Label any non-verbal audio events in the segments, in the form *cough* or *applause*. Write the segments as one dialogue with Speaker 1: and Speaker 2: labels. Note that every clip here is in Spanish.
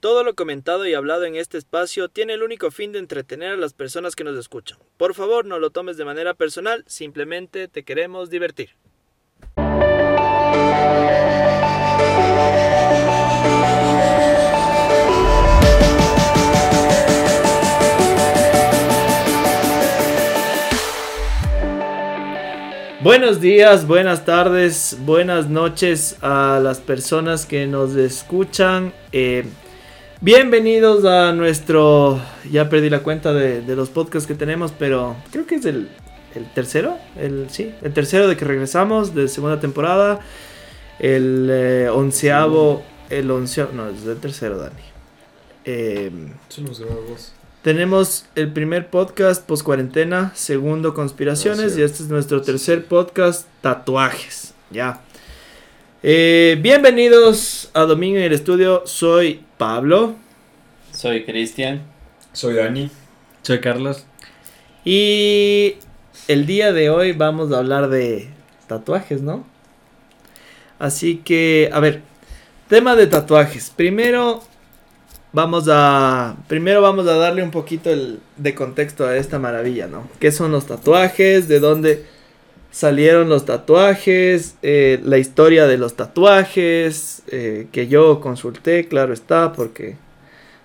Speaker 1: Todo lo comentado y hablado en este espacio tiene el único fin de entretener a las personas que nos escuchan. Por favor, no lo tomes de manera personal, simplemente te queremos divertir. Buenos días, buenas tardes, buenas noches a las personas que nos escuchan. Eh, bienvenidos a nuestro... Ya perdí la cuenta de, de los podcasts que tenemos, pero creo que es el, el tercero. El, sí, el tercero de que regresamos de segunda temporada. El eh, onceavo... El onceavo... No, es el tercero, Dani. Eh,
Speaker 2: Somos vos.
Speaker 1: tenemos el primer podcast post cuarentena, segundo conspiraciones
Speaker 2: Gracias.
Speaker 1: y este es nuestro tercer podcast tatuajes. Ya. Eh, bienvenidos a Domingo en el estudio. Soy Pablo
Speaker 3: Soy Cristian.
Speaker 2: Soy Dani.
Speaker 4: Soy Carlos.
Speaker 1: y el día de hoy vamos a hablar de tatuajes, ¿no? Así que, a ver, tema de tatuajes. Primero vamos a primero vamos a darle un poquito el, de contexto a esta maravilla, ¿no? ¿Qué son los tatuajes? ¿De dónde salieron los tatuajes? Eh, la historia de los tatuajes eh, que yo consulté, claro está, porque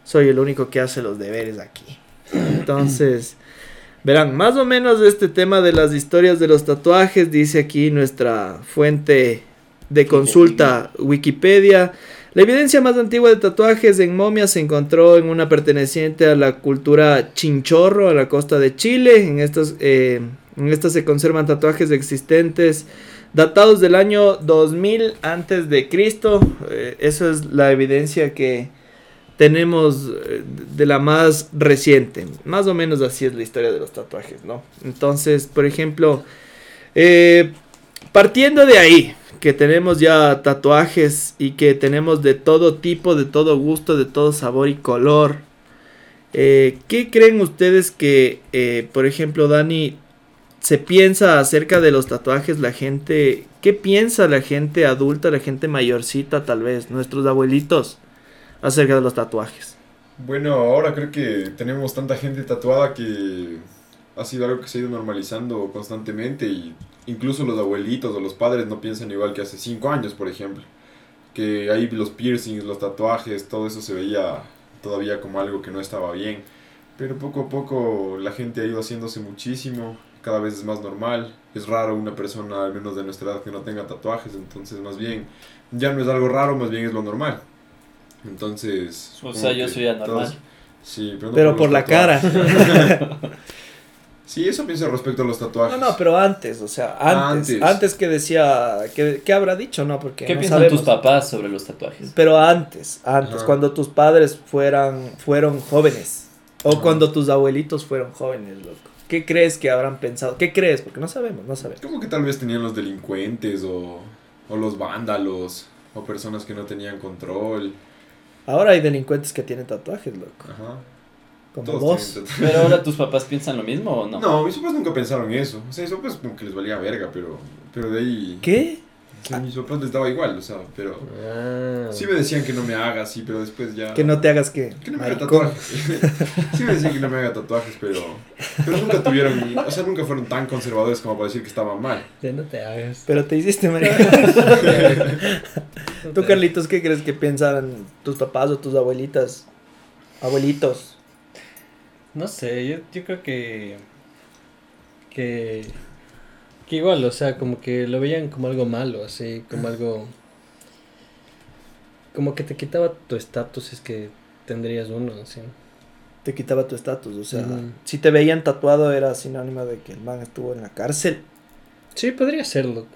Speaker 1: soy el único que hace los deberes aquí. Entonces, *clears throat* verán, más o menos este tema de las historias de los tatuajes dice aquí nuestra fuente de consulta Wikipedia. La evidencia más antigua de tatuajes en momias se encontró en una perteneciente a la cultura chinchorro a la costa de Chile. En estas, eh, en estas se conservan tatuajes existentes datados del año 2000 antes de Cristo. Eh, eso es la evidencia que tenemos eh, de la más reciente. Más o menos así es la historia de los tatuajes, ¿no? Entonces, por ejemplo, eh, partiendo de ahí, que tenemos ya tatuajes y que tenemos de todo tipo, de todo gusto, de todo sabor y color. eh, ¿Qué creen ustedes que, eh, por ejemplo, Dani, se piensa acerca de los tatuajes? La gente, ¿qué piensa la gente adulta, la gente mayorcita tal vez, nuestros abuelitos, acerca de los tatuajes?
Speaker 2: Bueno, ahora creo que tenemos tanta gente tatuada que ha sido algo que se ha ido normalizando constantemente y incluso los abuelitos o los padres no piensan igual que hace 5 años, por ejemplo. Que ahí los piercings, los tatuajes, todo eso se veía todavía como algo que no estaba bien. Pero poco a poco la gente ha ido haciéndose muchísimo, cada vez es más normal. Es raro una persona, al menos de nuestra edad, que no tenga tatuajes, entonces más bien ya no es algo raro, más bien es lo normal. Entonces...
Speaker 3: O
Speaker 2: supongo
Speaker 3: sea, yo
Speaker 2: que
Speaker 3: soy anormal.
Speaker 2: todos- Sí, pero, no
Speaker 1: Pero
Speaker 2: los
Speaker 1: por la
Speaker 2: tatuajes.
Speaker 1: cara. *laughs*
Speaker 2: Sí, eso pienso respecto a los
Speaker 1: No,
Speaker 2: tatuajes.
Speaker 1: no, pero antes, o sea, antes, antes,
Speaker 2: Antes.
Speaker 1: que decía, que, que habrá dicho, ¿no? Porque
Speaker 3: ¿Qué
Speaker 1: no
Speaker 3: piensan
Speaker 1: sabemos.
Speaker 3: tus papás sobre
Speaker 1: *laughs*
Speaker 3: los tatuajes?
Speaker 1: Pero antes, antes,
Speaker 2: Ajá.
Speaker 1: cuando tus padres fueran, fueron jóvenes. O
Speaker 2: Ajá.
Speaker 1: cuando tus abuelitos fueron jóvenes, loco. ¿Qué crees que habrán pensado? ¿Qué crees? Porque no sabemos, no sabemos.
Speaker 2: Como que tal vez tenían los delincuentes o, o los vándalos o personas que no tenían control.
Speaker 1: Ahora hay delincuentes que tienen tatuajes, loco.
Speaker 2: Ajá.
Speaker 1: Como
Speaker 2: Ah, Todos
Speaker 1: vos.
Speaker 2: tienen tatuajes.
Speaker 3: Pero ahora tus papás piensan lo mismo o no?
Speaker 2: no. mis papás nunca pensaron eso. O sea, mis papás como que les valía verga, pero, pero de ahí...
Speaker 1: ¿Qué?
Speaker 2: o sea, mis papás les daba igual, o sea, pero...
Speaker 4: Ah,
Speaker 2: Sí me decían que no me haga, sí, pero después ya...
Speaker 1: Que no te hagas que.
Speaker 2: Que no me haga
Speaker 1: maricón.
Speaker 2: tatuajes. *laughs* sí me decían que no me haga tatuajes, pero... Pero nunca tuvieron... O sea, nunca fueron tan conservadores como para decir que estaba mal.
Speaker 4: Ya no te hagas.
Speaker 1: Pero te hiciste,
Speaker 2: *laughs*
Speaker 1: maricón. Tú, Carlitos, ¿qué crees que piensan tus papás o tus abuelitas? Abuelitos.
Speaker 4: No sé, yo, yo creo que, que. Que igual, o sea, como que lo veían como algo malo, así, como algo. Como que te quitaba tu estatus si es que tendrías uno, así.
Speaker 1: Te quitaba tu estatus, o sea,
Speaker 4: Ujú.
Speaker 1: si te veían tatuado era sinónimo de que el man estuvo en la cárcel.
Speaker 4: Sí, podría serlo.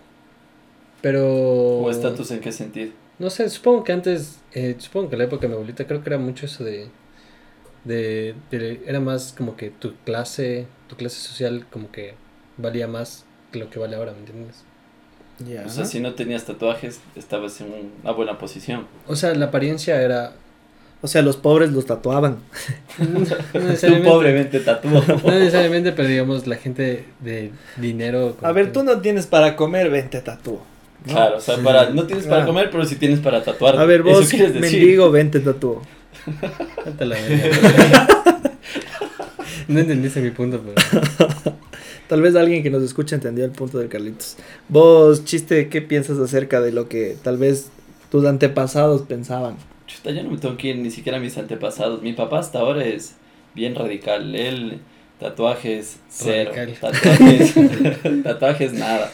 Speaker 4: Pero.
Speaker 3: ¿O estatus en qué sentido?
Speaker 4: No sé, supongo que antes, eh, supongo que en la época de mi abuelita creo que era mucho eso de, de, de- era más como que tu clase, tu clase social como que valía más que lo que vale ahora, ¿me entiendes?
Speaker 1: Ya.
Speaker 3: O sea, si no tenías tatuajes, estabas en una buena posición.
Speaker 4: O sea, la apariencia era...
Speaker 1: O sea, los pobres los tatuaban.
Speaker 4: No
Speaker 3: *laughs* Tú
Speaker 4: necesariamente,
Speaker 3: pobremente tatuado.
Speaker 1: *laughs*
Speaker 4: no necesariamente, pero digamos la gente de dinero... como
Speaker 1: A ver,
Speaker 4: que-
Speaker 1: tú no tienes para comer, ven, te tatúo. ¿no?
Speaker 3: Claro, o sea, para, no tienes para
Speaker 1: Claro.
Speaker 3: comer, pero sí tienes para tatuar.
Speaker 1: A ver,
Speaker 3: ¿Eso
Speaker 1: vos,
Speaker 3: quieres decir?
Speaker 1: mendigo, ven, te tatúo.
Speaker 4: Vete
Speaker 1: *laughs*
Speaker 4: a la verga. *laughs* No entendiste mi punto, pero.
Speaker 1: Tal vez alguien que nos escucha entendió el punto del Carlitos. Vos, chiste, ¿qué piensas acerca de lo que tal vez tus antepasados pensaban?
Speaker 3: Chuta, yo no me tengo que ir ni siquiera a mis antepasados. Mi papá hasta ahora es bien radical. Él, tatuajes, cero. *laughs*
Speaker 4: Radical.
Speaker 3: Tatuajes, tatuajes, nada.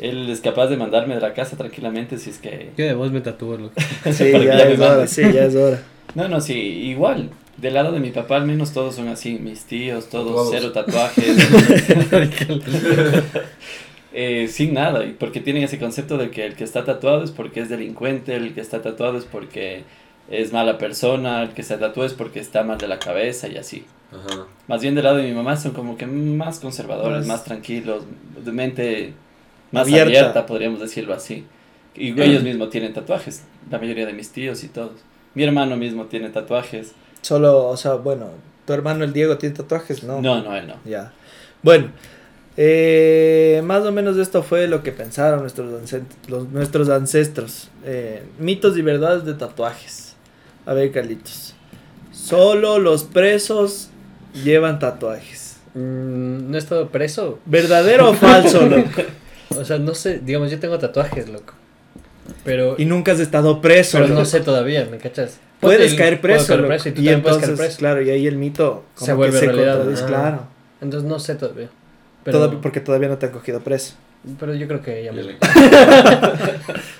Speaker 3: Él es capaz de mandarme de la casa tranquilamente si es que...
Speaker 4: Yo de vos me tatúo, loco.
Speaker 1: *laughs* Sí,
Speaker 3: *laughs* Para que
Speaker 1: ya
Speaker 3: ya me
Speaker 1: es hora,
Speaker 3: mandes.
Speaker 1: sí, ya es hora.
Speaker 3: No, no, sí, igual. Del lado de mi papá al menos todos son así. Mis tíos, todos
Speaker 2: Todos.
Speaker 3: cero tatuajes.
Speaker 4: Radical.
Speaker 3: eh, sin nada. y Porque tienen ese concepto de que el que está tatuado es porque es delincuente, el que está tatuado es porque es mala persona, el que se tatúa es porque está mal de la cabeza y así.
Speaker 2: Ajá.
Speaker 3: Más bien del lado de mi mamá son como que más conservadores,
Speaker 1: Más-
Speaker 3: más tranquilos, de mente más
Speaker 1: Abierta.
Speaker 3: abierta, podríamos decirlo así. Y ellos mismos tienen tatuajes, la mayoría de mis tíos y todos. Mi hermano mismo tiene tatuajes.
Speaker 1: Solo, o sea, bueno, tu hermano el Diego tiene tatuajes, ¿no?
Speaker 3: No, no, él no.
Speaker 1: Ya. Bueno, eh, más o menos esto fue lo que pensaron nuestros, ancest- los- nuestros ancestros. Eh, mitos y verdades de tatuajes. A ver, Carlitos. Solo los presos llevan tatuajes.
Speaker 4: Mm, no he estado preso.
Speaker 1: *laughs* ¿Verdadero o falso, loco?
Speaker 4: O sea, no sé. Digamos, yo tengo tatuajes, loco. Pero.
Speaker 1: Y nunca has estado preso.
Speaker 4: pero no
Speaker 1: loco.
Speaker 4: sé todavía, ¿me cachas?
Speaker 1: Puedes
Speaker 4: Ponte,
Speaker 1: caer
Speaker 4: puedo
Speaker 1: preso. loco.
Speaker 4: y tú
Speaker 1: y
Speaker 4: también puedes
Speaker 1: entonces,
Speaker 4: caer preso.
Speaker 1: claro, y ahí el mito
Speaker 4: Se
Speaker 1: como que
Speaker 4: vuelve realidad,
Speaker 1: contradice,
Speaker 4: ajá.
Speaker 1: claro.
Speaker 4: Entonces no sé todavía. Pero,
Speaker 1: Toda- porque todavía no te han cogido preso. *laughs*
Speaker 4: pero yo creo que
Speaker 2: Ya
Speaker 4: ya me...
Speaker 2: le-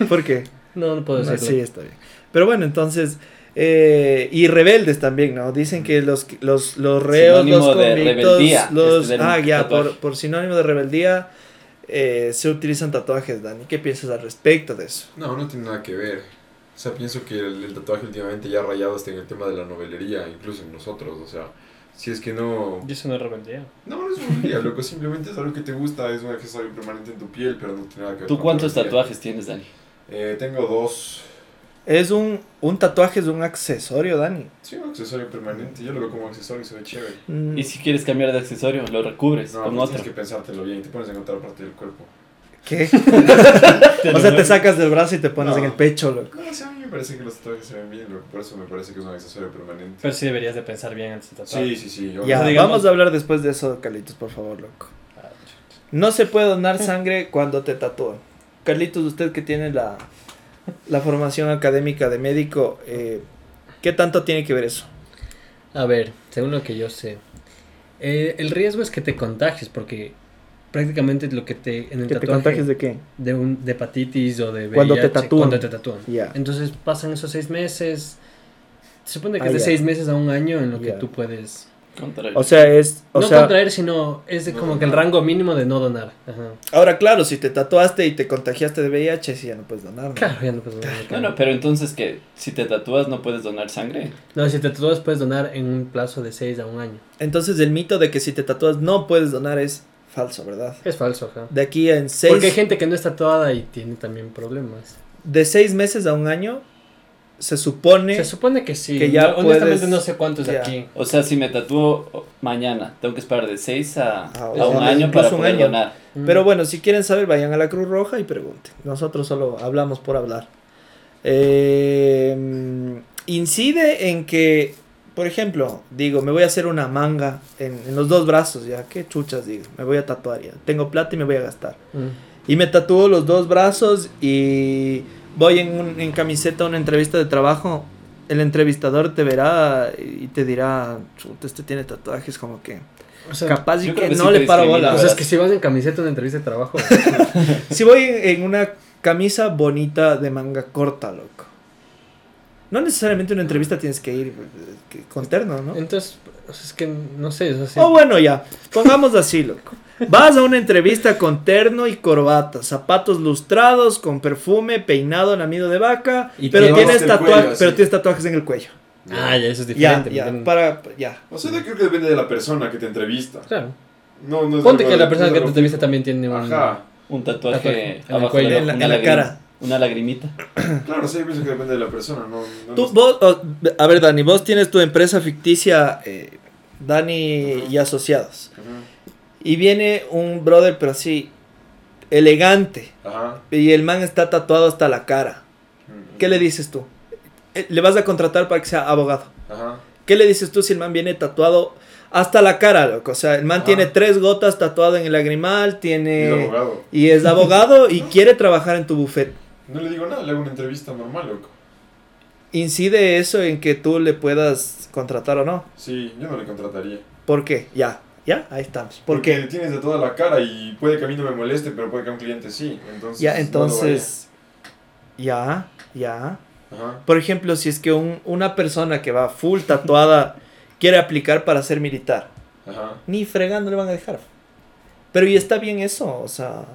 Speaker 1: ¿Por qué?
Speaker 4: No, no puedo
Speaker 1: No,
Speaker 4: decirlo.
Speaker 1: sí, está bien. Pero bueno, entonces. eh, y rebeldes también, ¿no? Dicen que los, los, los reos,
Speaker 3: Sinónimo
Speaker 1: los
Speaker 3: de
Speaker 1: convictos,
Speaker 3: rebeldía, este
Speaker 1: los...
Speaker 3: es tener un
Speaker 1: ah, ya,
Speaker 3: tatuaje.
Speaker 1: por, por sinónimo de rebeldía eh, se utilizan tatuajes, Dani. ¿Qué piensas al respecto de eso?
Speaker 2: No, no tiene nada que ver. O sea, pienso que el, el tatuaje últimamente ya ha rayado hasta en el tema de la novelería, incluso en nosotros. O sea, si es que no.
Speaker 4: Yo eso no rebeldía.
Speaker 2: No, no es novelería, loco. Simplemente es algo que te gusta, es un accesorio permanente en tu piel, pero no tiene nada que ver.
Speaker 3: ¿Tú
Speaker 2: con
Speaker 3: cuántos
Speaker 2: novelería.
Speaker 3: tatuajes tienes, Dani?
Speaker 2: Eh, tengo dos.
Speaker 1: Es un, un tatuaje, es un accesorio, Dani.
Speaker 2: Sí, un accesorio permanente. Yo lo veo como accesorio y se ve chévere.
Speaker 1: Mm,
Speaker 3: Y si quieres cambiar de accesorio, lo recubres
Speaker 2: No,
Speaker 3: con
Speaker 2: pues
Speaker 3: otro.
Speaker 2: tienes que pensártelo bien. Te pones en otra parte del cuerpo.
Speaker 3: *laughs*
Speaker 1: ¿Qué? *laughs* o sea, te sacas del brazo y te pones
Speaker 2: No.
Speaker 1: en el pecho, loco.
Speaker 2: No, o sea, a mí me parece que los tatuajes se ven bien, loco. Por eso me parece que es un accesorio permanente.
Speaker 5: Pero sí deberías de pensar bien antes de tatuar.
Speaker 2: Sí, sí, sí. yo-
Speaker 1: Ya,
Speaker 5: sea, digamos-
Speaker 1: vamos a hablar después de eso, Carlitos, por favor, loco.
Speaker 4: Ah,
Speaker 1: No se puede donar sangre cuando te tatúan. Carlitos, usted que tiene la, la formación académica de médico, eh, ¿qué tanto tiene que ver eso?
Speaker 4: A ver, según lo que yo sé. eh, el riesgo es que te contagies porque prácticamente lo que te... En el
Speaker 1: ¿Que te
Speaker 4: tatuaje
Speaker 1: contagies de qué?
Speaker 4: de, un, de hepatitis o de VIH.
Speaker 1: Cuando te tatúan.
Speaker 4: Cuando te tatúan.
Speaker 1: Ya.
Speaker 4: Entonces pasan esos seis meses. Se supone que
Speaker 1: Ah,
Speaker 4: es de
Speaker 1: ya.
Speaker 4: seis meses a un año en lo que
Speaker 1: Ya.
Speaker 4: tú puedes...
Speaker 3: Contra el-
Speaker 1: O sea, es. O
Speaker 4: no
Speaker 1: sea,
Speaker 4: contraer, sino es de
Speaker 2: No
Speaker 4: como que el
Speaker 2: donar.
Speaker 4: rango mínimo de no donar. Ajá.
Speaker 1: ahora, claro, si te tatuaste y te contagiaste de VIH, sí, ya no puedes donar. ¿no?
Speaker 4: Claro, ya no puedes donar.
Speaker 3: no, no, pero entonces que si te tatúas no puedes donar sangre.
Speaker 4: No, si te tatúas puedes donar en un plazo de 6 a un año.
Speaker 1: Entonces, el mito de que si te tatúas no puedes donar es falso, ¿verdad?
Speaker 4: Es falso, ajá.
Speaker 1: De aquí en seis.
Speaker 4: Porque hay gente que no es tatuada y tiene también problemas.
Speaker 1: De seis meses a un año, se supone.
Speaker 4: Se supone que sí.
Speaker 1: Que ya
Speaker 4: No, honestamente
Speaker 1: puedes-
Speaker 4: no sé cuántos de
Speaker 1: ya.
Speaker 4: aquí.
Speaker 3: O sea, si me tatúo mañana, tengo que esperar de 6 a,
Speaker 1: Ah,
Speaker 3: a
Speaker 1: o
Speaker 3: un
Speaker 1: sea,
Speaker 3: año
Speaker 1: incluso
Speaker 3: para
Speaker 1: un
Speaker 3: poder
Speaker 1: año.
Speaker 3: donar.
Speaker 4: Mm.
Speaker 1: Pero bueno, si quieren saber, vayan a la Cruz Roja y pregunten. Nosotros solo hablamos por hablar. Eh, incide en que, por ejemplo, digo, me voy a hacer una manga en, en los dos brazos, ya, qué chuchas, digo, me voy a tatuar, ya, tengo plata y me voy a gastar.
Speaker 4: Mm.
Speaker 1: Y me tatúo los dos brazos y voy en, un- en camiseta a una entrevista de trabajo. El entrevistador te verá y te dirá, chuta, este tiene tatuajes como que...
Speaker 4: O sea,
Speaker 1: Capaz y
Speaker 3: yo
Speaker 1: que,
Speaker 3: creo que
Speaker 1: no
Speaker 3: sí
Speaker 1: le
Speaker 3: te
Speaker 1: paro
Speaker 3: discrimina,
Speaker 1: bola.
Speaker 4: o sea, es que si vas en camiseta a una entrevista
Speaker 1: *laughs*
Speaker 4: de trabajo. o
Speaker 1: Si voy en en una camisa bonita de manga corta, loco. No necesariamente una entrevista tienes que ir eh, que- con terno, ¿no?
Speaker 4: sea, Entonces, o sea, es que no sé. O sea, sí.
Speaker 1: O Oh, bueno, ya, pongamos así, loco. Vas a una entrevista con terno y corbata, zapatos lustrados, con perfume, peinado en amido de vaca,
Speaker 4: Y
Speaker 1: pero,
Speaker 4: tienes-
Speaker 1: tienes
Speaker 2: Del
Speaker 1: tatua-
Speaker 2: cuello, así.
Speaker 1: pero tienes tatuajes en el cuello.
Speaker 4: Ah, ya, eso es
Speaker 1: Ya,
Speaker 4: diferente. ¿me
Speaker 1: ya,
Speaker 4: entiendes?
Speaker 1: para, ya.
Speaker 2: O sea, yo creo que depende de la persona que te entrevista.
Speaker 4: Claro.
Speaker 2: No, no es
Speaker 4: Ponte
Speaker 2: algo-
Speaker 4: que
Speaker 2: no
Speaker 4: la
Speaker 2: es
Speaker 4: persona que
Speaker 2: algo
Speaker 4: te entrevista
Speaker 2: fijo.
Speaker 4: también tiene un.
Speaker 2: Ajá.
Speaker 3: Un tatuaje,
Speaker 4: Tatuaje en el
Speaker 3: abajo
Speaker 4: cuello.
Speaker 3: de
Speaker 1: En la-
Speaker 3: una
Speaker 1: en la
Speaker 3: lagrim-
Speaker 1: cara.
Speaker 3: Una lagrimita.
Speaker 2: Claro, sí, yo pienso que depende de la persona, no. no
Speaker 1: Tú,
Speaker 2: no-
Speaker 1: vos, o- a ver, Dani, vos tienes tu empresa ficticia, eh, Dani y Asociados.
Speaker 2: Ajá.
Speaker 1: Y viene un brother, pero así, elegante.
Speaker 2: Ajá.
Speaker 1: Y el man está tatuado hasta la cara.
Speaker 2: Mm.
Speaker 1: ¿Qué le dices tú? Eh, Le vas a contratar para que sea abogado. ¿Qué le dices tú si el man viene tatuado hasta la cara, loco? O sea, el man
Speaker 2: Ah.
Speaker 1: tiene tres gotas tatuado en el lagrimal,
Speaker 2: Es
Speaker 1: tiene...
Speaker 2: abogado.
Speaker 1: Y es abogado y quiere trabajar en tu buffet.
Speaker 2: No le digo nada, le hago una entrevista normal, loco.
Speaker 1: ¿Incide eso en que tú le puedas contratar o no?
Speaker 2: Sí, yo no le contrataría.
Speaker 1: ¿Por qué? Ya, ya, ahí estamos. ¿Por
Speaker 2: Porque
Speaker 1: qué?
Speaker 2: le tienes de toda la cara y puede que a mí no me moleste, pero puede que a un cliente sí. Entonces, no
Speaker 1: Ya,
Speaker 2: lo
Speaker 1: entonces... Ya, ya.
Speaker 2: haría. Ajá.
Speaker 1: Por ejemplo, si es que un- una persona que va full
Speaker 5: *laughs*
Speaker 1: tatuada quiere aplicar para ser militar,
Speaker 2: Ajá.
Speaker 1: ni fregando le van a dejar. Pero y está bien eso, o sea,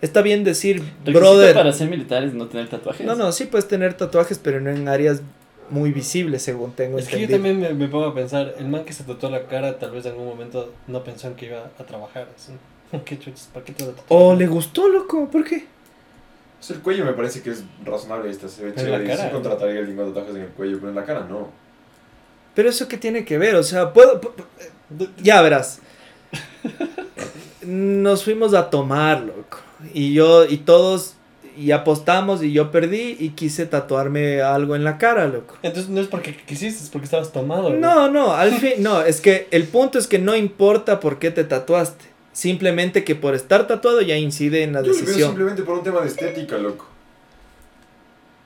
Speaker 1: está bien decir,
Speaker 3: Requisito
Speaker 1: brother.
Speaker 3: para ser militar es no tener tatuajes.
Speaker 1: No, no, sí puedes tener tatuajes, pero no en áreas muy visibles, según tengo
Speaker 5: Es que yo
Speaker 1: entendido.
Speaker 5: también me, me pongo a pensar, el man que se tatuó la cara tal vez en algún momento no pensó en que iba a trabajar. así. *laughs* ¿Qué chuches? ¿Para qué te lo tatuaste?
Speaker 1: O le gustó, loco, ¿por qué?
Speaker 2: Pues el cuello me parece que es razonable. Esta se ve
Speaker 5: Pero en la
Speaker 2: chévere. y Sí
Speaker 5: cara, ¿no?
Speaker 2: contrataría a alguien con tatuajes en el cuello, pero en la cara no.
Speaker 1: Pero eso qué tiene que ver, o sea, puedo... pu- pu- Ya
Speaker 2: *laughs*
Speaker 1: verás. Nos fuimos a tomar, loco. Y yo, y todos, y apostamos, y yo perdí, y quise tatuarme algo en la cara, loco.
Speaker 5: Entonces no es porque quisiste, es porque estabas tomado. güey.
Speaker 1: No, no,
Speaker 2: *laughs*
Speaker 1: al fin, no, es que el punto es que no importa por qué te tatuaste. Simplemente que por estar tatuado ya incide en la
Speaker 2: Yo lo veo
Speaker 1: decisión.
Speaker 2: simplemente por un tema de estética, loco.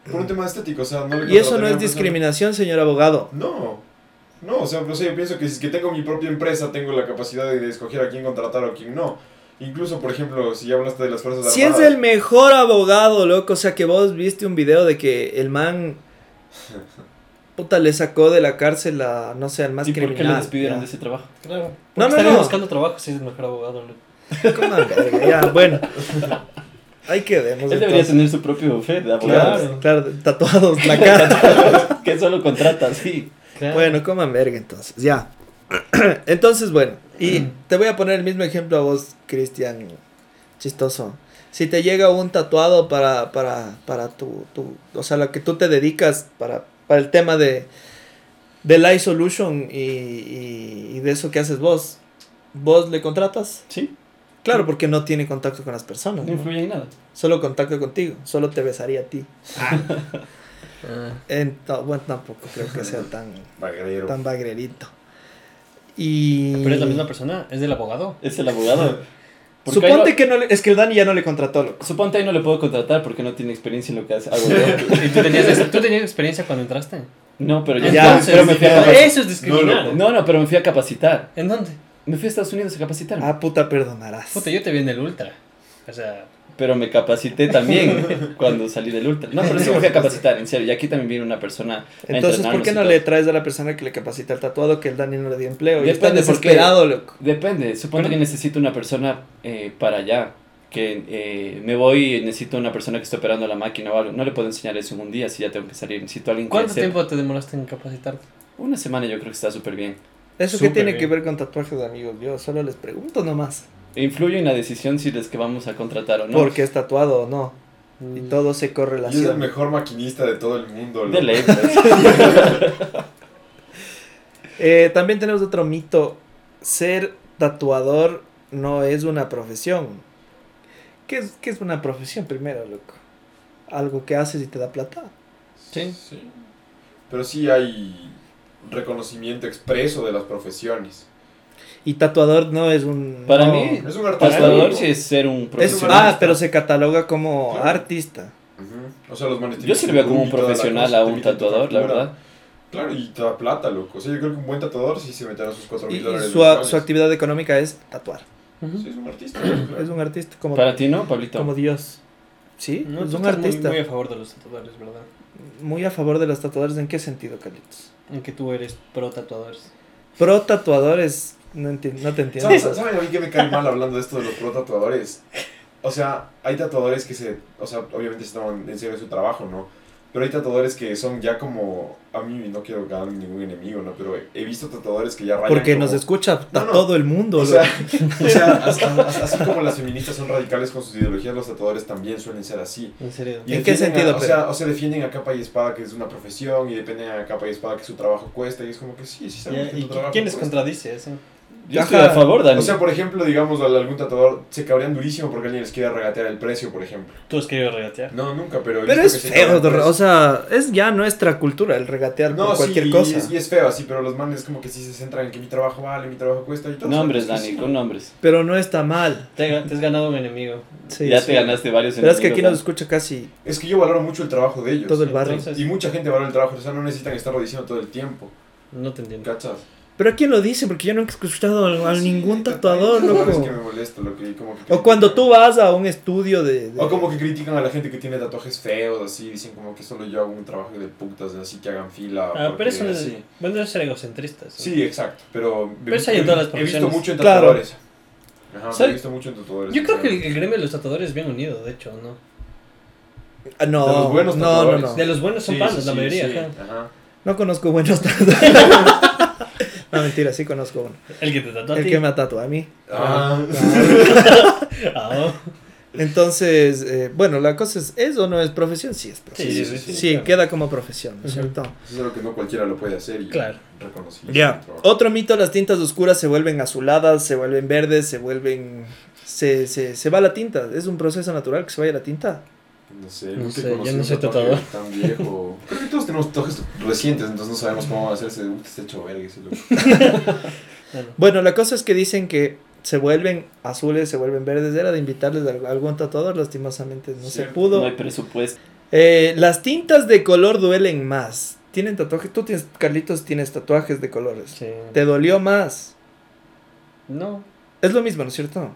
Speaker 2: Por un tema de estética, o sea, no le
Speaker 1: Y eso no
Speaker 2: contrataría a
Speaker 1: es
Speaker 2: una persona-
Speaker 1: discriminación, señor abogado.
Speaker 2: No. No, o sea, no sé, yo pienso que si es que tengo mi propia empresa, tengo la capacidad de, de escoger a quién contratar o a quién no. Incluso, por ejemplo, si ya hablaste de las fuerzas
Speaker 1: Si es
Speaker 2: armadas.
Speaker 1: el mejor abogado, loco, o sea que vos viste un video de que el man puta le sacó de la cárcel a no sé, al más
Speaker 3: ¿Y por qué le
Speaker 1: criminal.
Speaker 3: despidieron
Speaker 1: ya.
Speaker 3: de ese trabajo?
Speaker 5: Claro.
Speaker 1: No, no,
Speaker 5: No, estaría
Speaker 1: no.
Speaker 5: buscando trabajo si es el mejor abogado. loco.
Speaker 1: Como una verga, ya, bueno. Ahí quedemos.
Speaker 3: Él debería
Speaker 1: Pues entonces.
Speaker 3: tener su propio buffet de abogados.
Speaker 1: Claro, claro, tatuados la cara.
Speaker 3: *laughs* que solo contrata, sí.
Speaker 5: Claro.
Speaker 1: Bueno, coman verga entonces, ya. *clears throat* Entonces, bueno, y te voy a poner el mismo ejemplo a vos, Cristian, chistoso. Si te llega un tatuado para, para, para tu, tu, o sea, lo que tú te dedicas para, para el tema de, del Light Solution y, y, y de eso que haces vos, ¿vos le contratas?
Speaker 3: Sí,
Speaker 1: Claro, porque no tiene contacto con las personas,
Speaker 3: no
Speaker 1: ¿no?
Speaker 3: influye en nada.
Speaker 1: solo contacto contigo, solo te besaría a ti.
Speaker 4: Ah,
Speaker 1: Ento- bueno, tampoco creo que sea tan,
Speaker 2: Bagrero.
Speaker 1: tan bagrerito. Y...
Speaker 5: Pero es la misma persona, es del abogado.
Speaker 3: Es el abogado. Porque ahí
Speaker 1: Suponte
Speaker 3: no-
Speaker 1: que no le- es que el Dani ya no le contrató, loco.
Speaker 3: Suponte ahí no le puedo contratar porque no tiene experiencia en lo que hace.
Speaker 1: *laughs*
Speaker 3: hago yo.
Speaker 5: ¿Y tú tenías, tú tenías experiencia cuando entraste?
Speaker 3: No, pero
Speaker 4: Pues
Speaker 3: yo
Speaker 1: Ya,
Speaker 3: pero me fui a capacitar.
Speaker 5: eso es discriminar.
Speaker 2: No,
Speaker 3: No, no, pero me fui a capacitar.
Speaker 5: ¿En dónde?
Speaker 3: Me fui a Estados Unidos a capacitarme.
Speaker 1: Ah, puta, perdonarás.
Speaker 5: Puta, yo te vi en el ultra. O sea,
Speaker 3: Pero me capacité
Speaker 1: *laughs*
Speaker 3: también cuando salí del ultra. No, pero sí me fui a capacitar, en serio. Y aquí también viene una persona a
Speaker 1: Entonces, ¿por
Speaker 3: entrenarnos
Speaker 1: qué
Speaker 3: y
Speaker 1: no
Speaker 3: todo.
Speaker 1: le traes a la persona que le capacita el tatuado que el Dani no le dio empleo? Y está
Speaker 3: Depende, porque-
Speaker 1: desesperado, loco.
Speaker 3: Depende, supongo que necesito una persona eh, para allá, que eh, me voy y necesito una persona que esté operando la máquina o algo. No le puedo enseñar eso en un día si ya tengo que salir. Necesito a alguien que
Speaker 5: ¿cuánto
Speaker 3: sepa.
Speaker 5: tiempo te demoraste en capacitarte?
Speaker 3: Una semana yo creo que está súper bien.
Speaker 1: ¿Eso qué
Speaker 5: Súper
Speaker 1: tiene que
Speaker 5: bien.
Speaker 1: ver con tatuajes de amigos? Yo solo les pregunto nomás.
Speaker 3: Influye en la decisión si es que vamos a contratar o no.
Speaker 1: Porque es tatuado o no. Y todo se
Speaker 2: Y es el
Speaker 1: correlaciona.
Speaker 2: mejor maquinista de todo el mundo.
Speaker 3: De
Speaker 2: loco. *laughs*
Speaker 3: ley, pues.
Speaker 1: Eh, también tenemos otro mito. Ser tatuador no es una profesión. ¿Qué es, qué es una profesión primero, loco? Algo que haces y te da plata.
Speaker 5: Sí.
Speaker 2: Pero sí hay reconocimiento expreso de las profesiones.
Speaker 1: Y tatuador no es un...
Speaker 3: Para
Speaker 1: no.
Speaker 3: mí,
Speaker 2: Es un artista.
Speaker 3: Tatuador
Speaker 2: loco.
Speaker 3: sí es ser un
Speaker 1: Es-
Speaker 2: un
Speaker 3: profesional.
Speaker 1: ah,
Speaker 2: artista.
Speaker 1: pero se cataloga como
Speaker 2: Claro.
Speaker 1: artista.
Speaker 2: Ujú. O sea, los manes
Speaker 3: Ah, Yo
Speaker 2: tienen
Speaker 3: sí
Speaker 2: su
Speaker 3: lo veo como un
Speaker 2: look y toda la
Speaker 3: profesional
Speaker 2: cosa,
Speaker 3: a
Speaker 2: te
Speaker 3: un
Speaker 2: meten tu
Speaker 3: tatuador, la
Speaker 2: factura.
Speaker 3: verdad.
Speaker 2: Claro, y te da plata, loco. O sea, yo creo que un buen tatuador sí se meterá sus 4
Speaker 1: Y,
Speaker 2: mil
Speaker 1: y
Speaker 2: dólares.
Speaker 1: su, a-
Speaker 2: mensuales.
Speaker 1: su actividad económica es tatuar.
Speaker 2: Sí, es un artista. claro.
Speaker 1: Es un artista como,
Speaker 3: Para ti, ¿no, Pablito?
Speaker 1: como Dios. Sí,
Speaker 5: No,
Speaker 1: es
Speaker 5: tú
Speaker 1: un
Speaker 5: pues estás
Speaker 1: artista. Muy,
Speaker 5: Muy, muy a favor de los tatuadores, ¿verdad?
Speaker 1: a favor de los tatuadores. ¿En qué sentido, Carlitos?
Speaker 5: En que tú eres pro tatuadores.
Speaker 1: Pro tatuadores, no, enti- no te entiendo.
Speaker 2: ¿Saben, saben a mí que me cae mal hablando de esto de los pro tatuadores? O sea, hay tatuadores que se. O sea, obviamente se toman en serio su trabajo, ¿no? Pero hay tatuadores que son ya como. A mí no quiero ganar ningún enemigo, ¿no? Pero he, he visto tatuadores que ya rayan.
Speaker 1: Porque
Speaker 2: como-
Speaker 1: nos escucha a
Speaker 2: No, no.
Speaker 1: todo el mundo.
Speaker 2: O
Speaker 1: loco.
Speaker 2: sea, o sea, as- as- así como las feministas son radicales con sus ideologías, los tatuadores también suelen ser así.
Speaker 5: En serio.
Speaker 1: ¿En qué
Speaker 2: defienden
Speaker 1: sentido,
Speaker 2: a- o,
Speaker 1: pero?
Speaker 2: sea, o sea, defienden a capa y espada que es una profesión y dependen a capa y espada que su trabajo cuesta y es como que sí, sí saben
Speaker 5: Ya,
Speaker 2: que
Speaker 5: ¿Y
Speaker 2: tu
Speaker 5: qui-
Speaker 2: trabajo pues.
Speaker 5: quién les
Speaker 2: cuesta.
Speaker 5: contradice eso?
Speaker 3: Yo estoy a favor, Dani.
Speaker 2: O sea, por ejemplo, digamos, al- algún tatuador se cabrían durísimo porque alguien les quiera regatear el precio, por ejemplo.
Speaker 5: Tú has querido regatear.
Speaker 2: No, nunca, pero... he
Speaker 1: Pero
Speaker 2: visto
Speaker 1: es
Speaker 2: que se cabrean
Speaker 1: feo,
Speaker 2: por eso.
Speaker 1: o sea, es ya nuestra cultura el regatear
Speaker 2: No,
Speaker 1: por cualquier
Speaker 2: sí,
Speaker 1: cosa.
Speaker 2: Y es, y es feo así, pero los manes como que sí se centran en que mi trabajo vale, mi trabajo cuesta y todo.
Speaker 3: nombres,
Speaker 2: ¿sabes?
Speaker 3: Dani,
Speaker 2: Sí.
Speaker 3: con nombres.
Speaker 1: Pero no está mal.
Speaker 5: Te, te has ganado un enemigo.
Speaker 1: Sí,
Speaker 3: ya
Speaker 1: sí.
Speaker 3: te ganaste varios
Speaker 1: Pero es que aquí nos
Speaker 3: enemigos,
Speaker 1: escucha casi
Speaker 2: Es que yo valoro mucho el trabajo de ellos.
Speaker 1: todo el barrio.
Speaker 5: Entonces,
Speaker 2: Y mucha gente valora el trabajo, o sea, no necesitan estarlo diciendo todo el tiempo.
Speaker 5: no te entiendo.
Speaker 2: ¿Cachas?
Speaker 1: Pero ¿a quién lo dice? Porque yo nunca he escuchado a, a
Speaker 2: Sí,
Speaker 1: ningún
Speaker 2: tatu-
Speaker 1: tatuador,
Speaker 2: tatuadores que
Speaker 1: loco.
Speaker 2: me molesta, lo que como que
Speaker 1: O cuando tú vas a un estudio de... de-
Speaker 2: O como que critican a la gente que tiene tatuajes feos, así, dicen como que solo yo hago un trabajo de putas, así que hagan fila.
Speaker 5: Ah, pero
Speaker 2: porque
Speaker 5: eso es.
Speaker 2: así.
Speaker 5: Bueno, debe ser egocentrista. eso.
Speaker 2: Sí, exacto, pero...
Speaker 5: Pero eso hay en todas las
Speaker 2: He visto
Speaker 5: profesiones.
Speaker 2: mucho en
Speaker 1: Claro.
Speaker 2: tatuadores. Ajá,
Speaker 5: Soy-
Speaker 2: he visto mucho en tatuadores.
Speaker 5: Yo creo que el,
Speaker 2: sinceramente.
Speaker 5: el gremio de los tatuadores es bien unido, de hecho, ¿no?
Speaker 1: Ah, no,
Speaker 2: de los buenos
Speaker 1: no, no, no.
Speaker 2: tatuadores.
Speaker 5: De los buenos son
Speaker 2: Ah. Sí,
Speaker 5: panas,
Speaker 2: sí,
Speaker 5: la
Speaker 2: sí,
Speaker 5: mayoría.
Speaker 2: sí,
Speaker 5: ajá.
Speaker 2: ajá.
Speaker 1: No conozco
Speaker 5: *laughs*
Speaker 1: buenos tatuadores. no, mentira, sí conozco uno.
Speaker 5: El que te tatuó a
Speaker 1: El
Speaker 5: ti.
Speaker 1: que me tatúa a mí.
Speaker 2: Ah,
Speaker 5: Ah,
Speaker 1: Entonces, eh, bueno, la cosa es, ¿es o no es profesión? Sí, es profesión.
Speaker 5: sí, sí, sí,
Speaker 1: Sí,
Speaker 5: claro.
Speaker 1: queda como profesión, ¿no es
Speaker 5: Ujú.
Speaker 1: cierto?
Speaker 2: Eso es lo que no cualquiera lo puede hacer y
Speaker 5: Claro.
Speaker 2: reconocible.
Speaker 1: Ya.
Speaker 2: es un trabajo.
Speaker 1: Otro mito, las tintas oscuras se vuelven azuladas, se vuelven verdes, se vuelven... Se, se, se va la tinta, es un proceso natural que se vaya la tinta.
Speaker 2: No sé,
Speaker 5: No
Speaker 2: nunca
Speaker 5: sé,
Speaker 2: he
Speaker 5: yo
Speaker 2: conocido
Speaker 5: no
Speaker 2: un
Speaker 5: soy
Speaker 2: tatuaje Tan viejo. Creo que todos tenemos tatuajes recientes, entonces no sabemos cómo va a hacerse. Uy, está hecho verga ese loco.
Speaker 5: bueno.
Speaker 1: Bueno, la cosa es que dicen que se vuelven azules, se vuelven verdes, era de invitarles a algún tatuador, lastimosamente no se
Speaker 2: Cierto,
Speaker 1: pudo.
Speaker 3: No hay presupuesto.
Speaker 1: Eh, las tintas de color duelen más. ¿Tienen tatuajes? Tú tienes, Carlitos, tienes tatuajes de colores.
Speaker 5: Sí.
Speaker 1: Te dolió más.
Speaker 5: No.
Speaker 1: Es lo mismo, ¿no es cierto?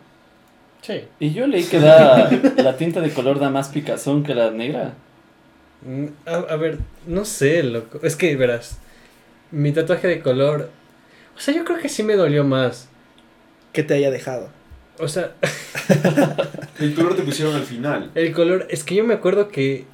Speaker 5: Sí.
Speaker 3: Y yo
Speaker 1: *laughs*
Speaker 3: leí que da, la tinta de color da más picazón que la negra.
Speaker 4: Mm, A, a ver, no sé, loco. Es que, verás, mi tatuaje de color. O sea, yo creo que sí me dolió más.
Speaker 1: Que te haya dejado.
Speaker 4: O sea,
Speaker 2: El color te pusieron al final.
Speaker 4: el color. Es que yo me acuerdo que.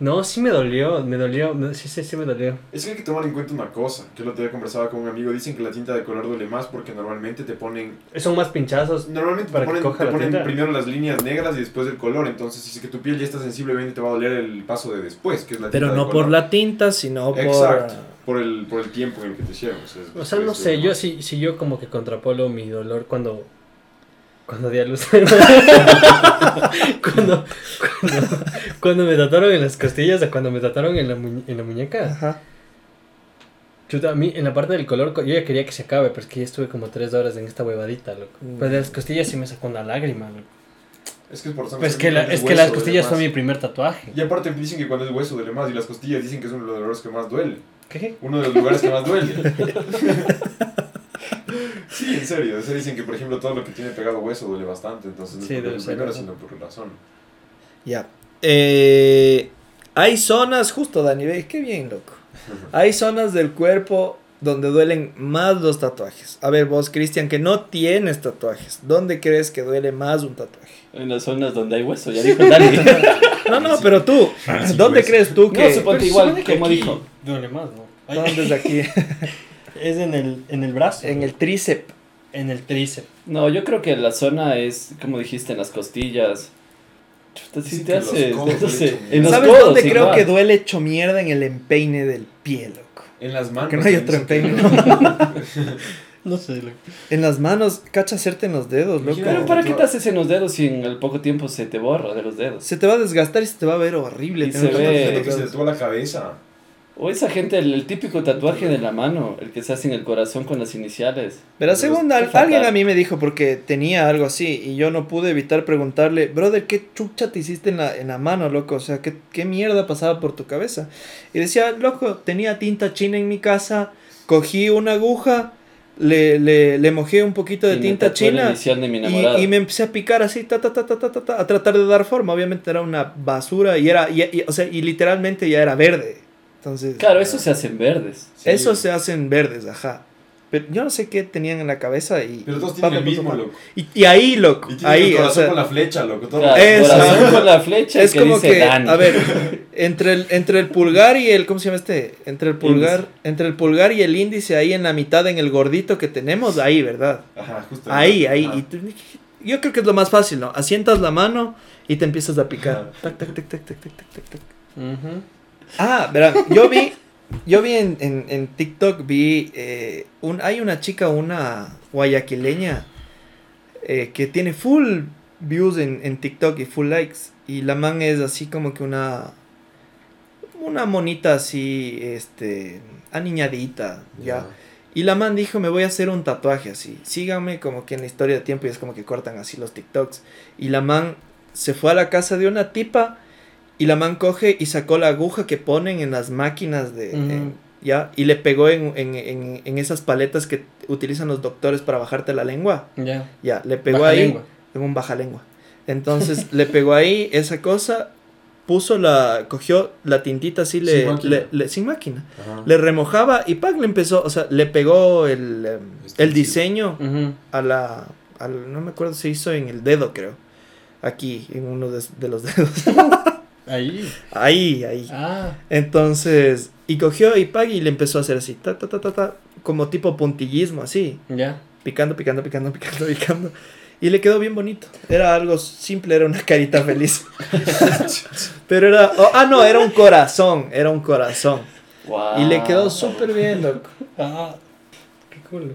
Speaker 4: No, sí me dolió, me dolió. no, sí, sí, sí me dolió.
Speaker 2: Es que hay que tomar en cuenta una cosa. Que el otro día conversaba con un amigo. Dicen que la tinta de color duele más porque normalmente te ponen.
Speaker 4: Son más pinchazos.
Speaker 2: Normalmente te
Speaker 4: Para que
Speaker 2: ponen,
Speaker 4: coja
Speaker 2: te
Speaker 4: la
Speaker 2: ponen
Speaker 4: tinta.
Speaker 2: primero las líneas negras y después el color. Entonces, si es que tu piel ya está sensible, obviamente te va a doler el paso de después, que es la
Speaker 1: Pero
Speaker 2: tinta de
Speaker 1: no por
Speaker 2: color.
Speaker 1: la tinta, sino
Speaker 2: Exacto.
Speaker 1: por...
Speaker 2: Por el, por el tiempo en el que te hicieron. O sea,
Speaker 4: O sea, no
Speaker 2: es-
Speaker 4: sé, yo si, si yo como que contrapolo mi dolor cuando. Cuando di a luz. *laughs* cuando, cuando, cuando me trataron en las costillas o cuando me trataron en la, mu- en la muñeca.
Speaker 1: Ajá.
Speaker 4: Chuta, a mí en la parte del color, co- yo ya quería que se acabe, pero es que ya estuve como tres horas en esta huevadita, loco.
Speaker 1: Mm.
Speaker 4: Pero de las costillas sí me sacó una lágrima, loco.
Speaker 2: Es que es por
Speaker 4: Pues que la- es que las costillas fue mi primer tatuaje.
Speaker 2: Y aparte dicen que cuando es hueso duele más y las costillas dicen que es uno de los dolores que más duele.
Speaker 4: ¿Qué?
Speaker 2: Uno de los lugares que más
Speaker 4: *laughs*
Speaker 2: duele. sí, en serio. O sea, dicen que, por ejemplo, todo lo que tiene pegado hueso duele bastante. Entonces, no
Speaker 5: Sí,
Speaker 2: es por
Speaker 5: debe
Speaker 2: el
Speaker 5: ser
Speaker 2: primero,
Speaker 5: eso.
Speaker 2: sino por razón. *laughs*
Speaker 1: Ya. Eh, hay zonas, justo Dani, ve, qué bien, loco. Hay zonas del cuerpo donde duelen más los tatuajes. A ver, vos, Cristian, que no tienes tatuajes, ¿dónde crees que duele más un tatuaje?
Speaker 3: En las zonas donde hay hueso, ya dijo *laughs* Dani.
Speaker 1: No, no, pero tú,
Speaker 2: Sí,
Speaker 1: ¿dónde
Speaker 2: pues.
Speaker 1: crees tú que... *laughs*
Speaker 3: No, suponte igual, como
Speaker 5: aquí
Speaker 3: dijo.
Speaker 5: Duele más, ¿no? Ay,
Speaker 1: ¿Dónde
Speaker 5: *laughs*
Speaker 1: es *laughs* aquí?
Speaker 5: Es en el, en el brazo.
Speaker 1: en el tríceps.
Speaker 5: en el tríceps.
Speaker 3: No, yo creo que la zona es, como dijiste, en las costillas. Chuta, sí
Speaker 2: Dicen
Speaker 3: te
Speaker 2: que los
Speaker 3: haces.
Speaker 2: codos,
Speaker 3: no sé,
Speaker 2: de hecho,
Speaker 3: en los
Speaker 1: ¿Sabes
Speaker 3: codos,
Speaker 1: dónde creo
Speaker 3: igual.
Speaker 1: que duele hecho mierda en el empeine del pie, loco?
Speaker 2: En las manos.
Speaker 1: Que Ah, no hay otro
Speaker 2: dicen que-
Speaker 1: empeine. *laughs*
Speaker 5: No sé, loco.
Speaker 1: En las manos, cacha hacerte en los dedos, loco.
Speaker 2: Imagínate.
Speaker 3: Pero ¿para qué te haces en los dedos si en el poco tiempo se te borra de los dedos?
Speaker 1: Se te va a desgastar y se te va a ver horrible.
Speaker 3: Y
Speaker 1: tener
Speaker 3: se
Speaker 1: tantos
Speaker 3: ve-
Speaker 2: Gente
Speaker 1: dedos.
Speaker 2: que se tatúa la cabeza.
Speaker 3: O esa gente, el, el típico tatuaje de la mano, el que se hace en el corazón con las iniciales.
Speaker 1: Pero
Speaker 2: Pero
Speaker 1: según
Speaker 3: es
Speaker 1: al-
Speaker 3: fatal.
Speaker 1: alguien a mí me dijo porque tenía algo así y yo no pude evitar preguntarle, brother, ¿qué chucha te hiciste en la, en la mano, loco? O sea, ¿qué, ¿qué mierda pasaba por tu cabeza? Y decía, loco, tenía tinta china en mi casa, cogí una aguja, le, le, le mojé un poquito de
Speaker 3: Y me
Speaker 1: tinta
Speaker 3: tatué la
Speaker 1: china
Speaker 3: inicial de mi enamorada.
Speaker 1: y, y me empecé a picar así, ta, ta, ta, ta, ta, ta, ta, a tratar de dar forma. Obviamente era una basura y era, y- y- o sea, y literalmente ya era verde. Entonces...
Speaker 3: Claro, eso se hacen verdes.
Speaker 2: Sí.
Speaker 1: Eso se hacen verdes, ajá. Pero yo no sé qué tenían en la cabeza y.
Speaker 2: Pero todos
Speaker 1: Pablo
Speaker 2: tienen el
Speaker 1: puso
Speaker 2: mismo,
Speaker 1: mal.
Speaker 2: loco.
Speaker 1: Y, y ahí, loco.
Speaker 2: Y tienen
Speaker 1: Ahí,
Speaker 2: el
Speaker 1: o
Speaker 2: corazón
Speaker 1: sea,
Speaker 2: con la flecha, loco. Todo
Speaker 3: Claro,
Speaker 1: Eso.
Speaker 3: corazón con la flecha
Speaker 1: es
Speaker 3: que
Speaker 1: como
Speaker 3: dice
Speaker 1: que.
Speaker 3: Dan.
Speaker 1: A ver, entre el, entre el pulgar y el. ¿Cómo se llama este? Entre el pulgar.
Speaker 3: Índice.
Speaker 1: Entre el pulgar y el índice ahí en la mitad, en el gordito que tenemos, ahí, ¿verdad?
Speaker 2: Ajá, justo.
Speaker 1: Ahí, ahí.
Speaker 2: Ajá.
Speaker 1: y tú- yo creo que es lo más fácil, ¿no? Asientas la mano y te empiezas a picar. Tac, tac, tac, tac, tac, tac, tac, tac, tac.
Speaker 4: Ujú.
Speaker 1: Ah, verán, yo vi. Yo vi en, en, en TikTok, vi, eh, un, hay una chica, una guayaquileña, eh, que tiene full views en, en TikTok y full likes. Y la man es así como que una, una monita así, este, aniñadita, ya. Y la man dijo, me voy a hacer un tatuaje así. Síganme como que en la historia de tiempo y es como que cortan así los TikToks. Y la man se fue a la casa de una tipa y la man coge y sacó la aguja que ponen en las máquinas de...
Speaker 5: Ujú.
Speaker 1: en- ¿Ya? Y le pegó en, en- en- en esas paletas que utilizan los doctores para bajarte la lengua.
Speaker 5: Ya.
Speaker 1: Ya, le pegó
Speaker 5: Baja
Speaker 1: ahí
Speaker 5: lengua.
Speaker 1: en un bajalengua. Entonces *laughs* le pegó ahí esa cosa, puso la... cogió la tintita así, le...
Speaker 2: Sin máquina.
Speaker 1: le- le- sin máquina
Speaker 2: Ajá.
Speaker 1: le remojaba y Pac le empezó, o sea, le pegó el, em, el
Speaker 2: Extensivo.
Speaker 1: diseño
Speaker 5: Ujú.
Speaker 1: a la, al- no me acuerdo, se hizo en el dedo, creo. Aquí, en uno de, de los dedos. *laughs*
Speaker 5: Ahí.
Speaker 1: ahí, ahí.
Speaker 5: Ah.
Speaker 1: Entonces, y cogió y Pac y le empezó a hacer así, ta, ta, ta, ta, ta, como tipo puntillismo, así,
Speaker 5: Ya.
Speaker 1: picando, picando, picando, picando, *laughs* picando. Y le quedó bien bonito. Era algo simple, era una carita feliz. *laughs* Pero era, oh, ah, no, era un corazón, era un corazón.
Speaker 3: Guau.
Speaker 1: Y le quedó súper bien, loco.
Speaker 5: Ah. Qué cool.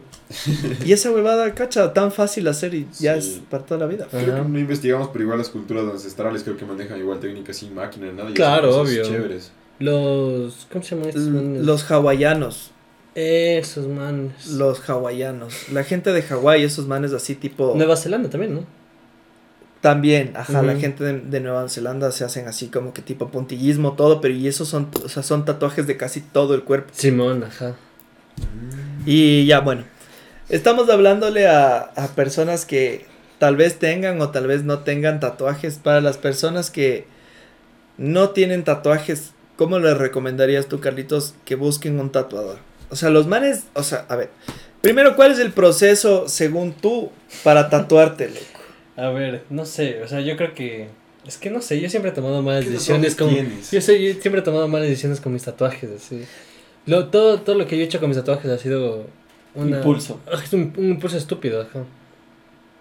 Speaker 1: Y esa huevada, cacha, tan fácil hacer y ya
Speaker 2: Sí.
Speaker 1: es para toda la vida.
Speaker 2: Creo que no investigamos, pero igual las culturas ancestrales creo que manejan igual técnicas sin máquina, nada. y hacen
Speaker 4: Claro,
Speaker 2: cosas
Speaker 4: obvio.
Speaker 2: Chéveres.
Speaker 4: Los. ¿Cómo se llaman estos manes?
Speaker 1: Los hawaianos,
Speaker 4: Esos manes.
Speaker 1: los hawaianos, la gente de Hawái, esos manes así tipo...
Speaker 4: Nueva Zelanda también, ¿no?
Speaker 1: También, ajá, la
Speaker 4: Ujú.
Speaker 1: gente de, de Nueva Zelanda se hacen así como que tipo puntillismo, todo, pero y esos son, o sea, son tatuajes de casi todo el cuerpo.
Speaker 4: Simón, ajá.
Speaker 1: Y ya, bueno, estamos hablándole a, a personas que tal vez tengan o tal vez no tengan tatuajes. Para las personas que no tienen tatuajes, ¿cómo les recomendarías tú, Carlitos, que busquen un tatuador? O sea, los manes, o sea, a ver, primero, ¿cuál es el proceso, según tú, para tatuarte? loco?
Speaker 5: A ver, no sé, o sea, yo creo que. Es que no sé, yo siempre he tomado malas
Speaker 2: ¿Qué
Speaker 5: decisiones con.
Speaker 2: tatuajes tienes?
Speaker 5: Yo, sé, yo siempre he tomado malas decisiones con mis tatuajes, así. Lo, todo, todo lo que yo he hecho con mis tatuajes ha sido. Una,
Speaker 3: Impulso.
Speaker 5: Ah, Es un, un impulso estúpido, ajá.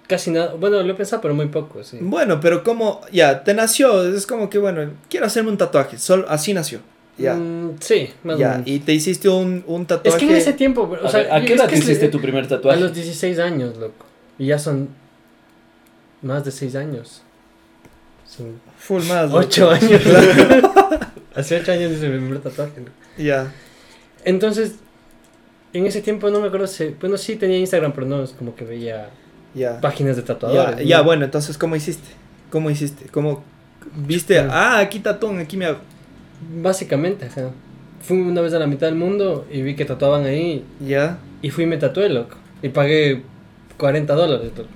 Speaker 5: Casi nada. Bueno, lo he pensado, pero muy poco, sí.
Speaker 3: Mm,
Speaker 1: Bueno, pero ¿cómo? Ya, te nació, es como que, bueno, quiero hacerme un tatuaje, solo, así nació. Ya,
Speaker 5: Mm, sí, más o
Speaker 1: ya,
Speaker 5: menos.
Speaker 1: y te hiciste un, un tatuaje.
Speaker 5: Es que en ese tiempo,
Speaker 3: A
Speaker 5: o sea,
Speaker 3: ver, ¿a qué
Speaker 5: es
Speaker 3: edad
Speaker 5: que
Speaker 3: te
Speaker 5: es-
Speaker 3: hiciste tu primer
Speaker 5: A los
Speaker 3: tatuaje?
Speaker 5: 16 años, loco. Y ya son más de 6 años. Son
Speaker 1: Full más. loco. *laughs*
Speaker 5: 8 años. Hace 8 años hice mi primer tatuaje. ¿no?
Speaker 1: Ya.
Speaker 5: Entonces, en ese tiempo no me acuerdo si... Bueno, sí tenía Instagram, pero no es como que veía
Speaker 1: Ya.
Speaker 5: páginas de
Speaker 1: Ya,
Speaker 5: tatuadores.
Speaker 1: ya,
Speaker 5: ¿no?
Speaker 1: bueno, entonces, ¿cómo hiciste? ¿Cómo hiciste? ¿Cómo viste?
Speaker 5: Mm.
Speaker 1: Ah, aquí tatón, aquí me hago.
Speaker 5: Básicamente, ajá. Fui una vez a la mitad del mundo y vi que tatuaban ahí
Speaker 1: Ya.
Speaker 5: y fui y me tatué, loco. Y pagué 40 dólares, loco.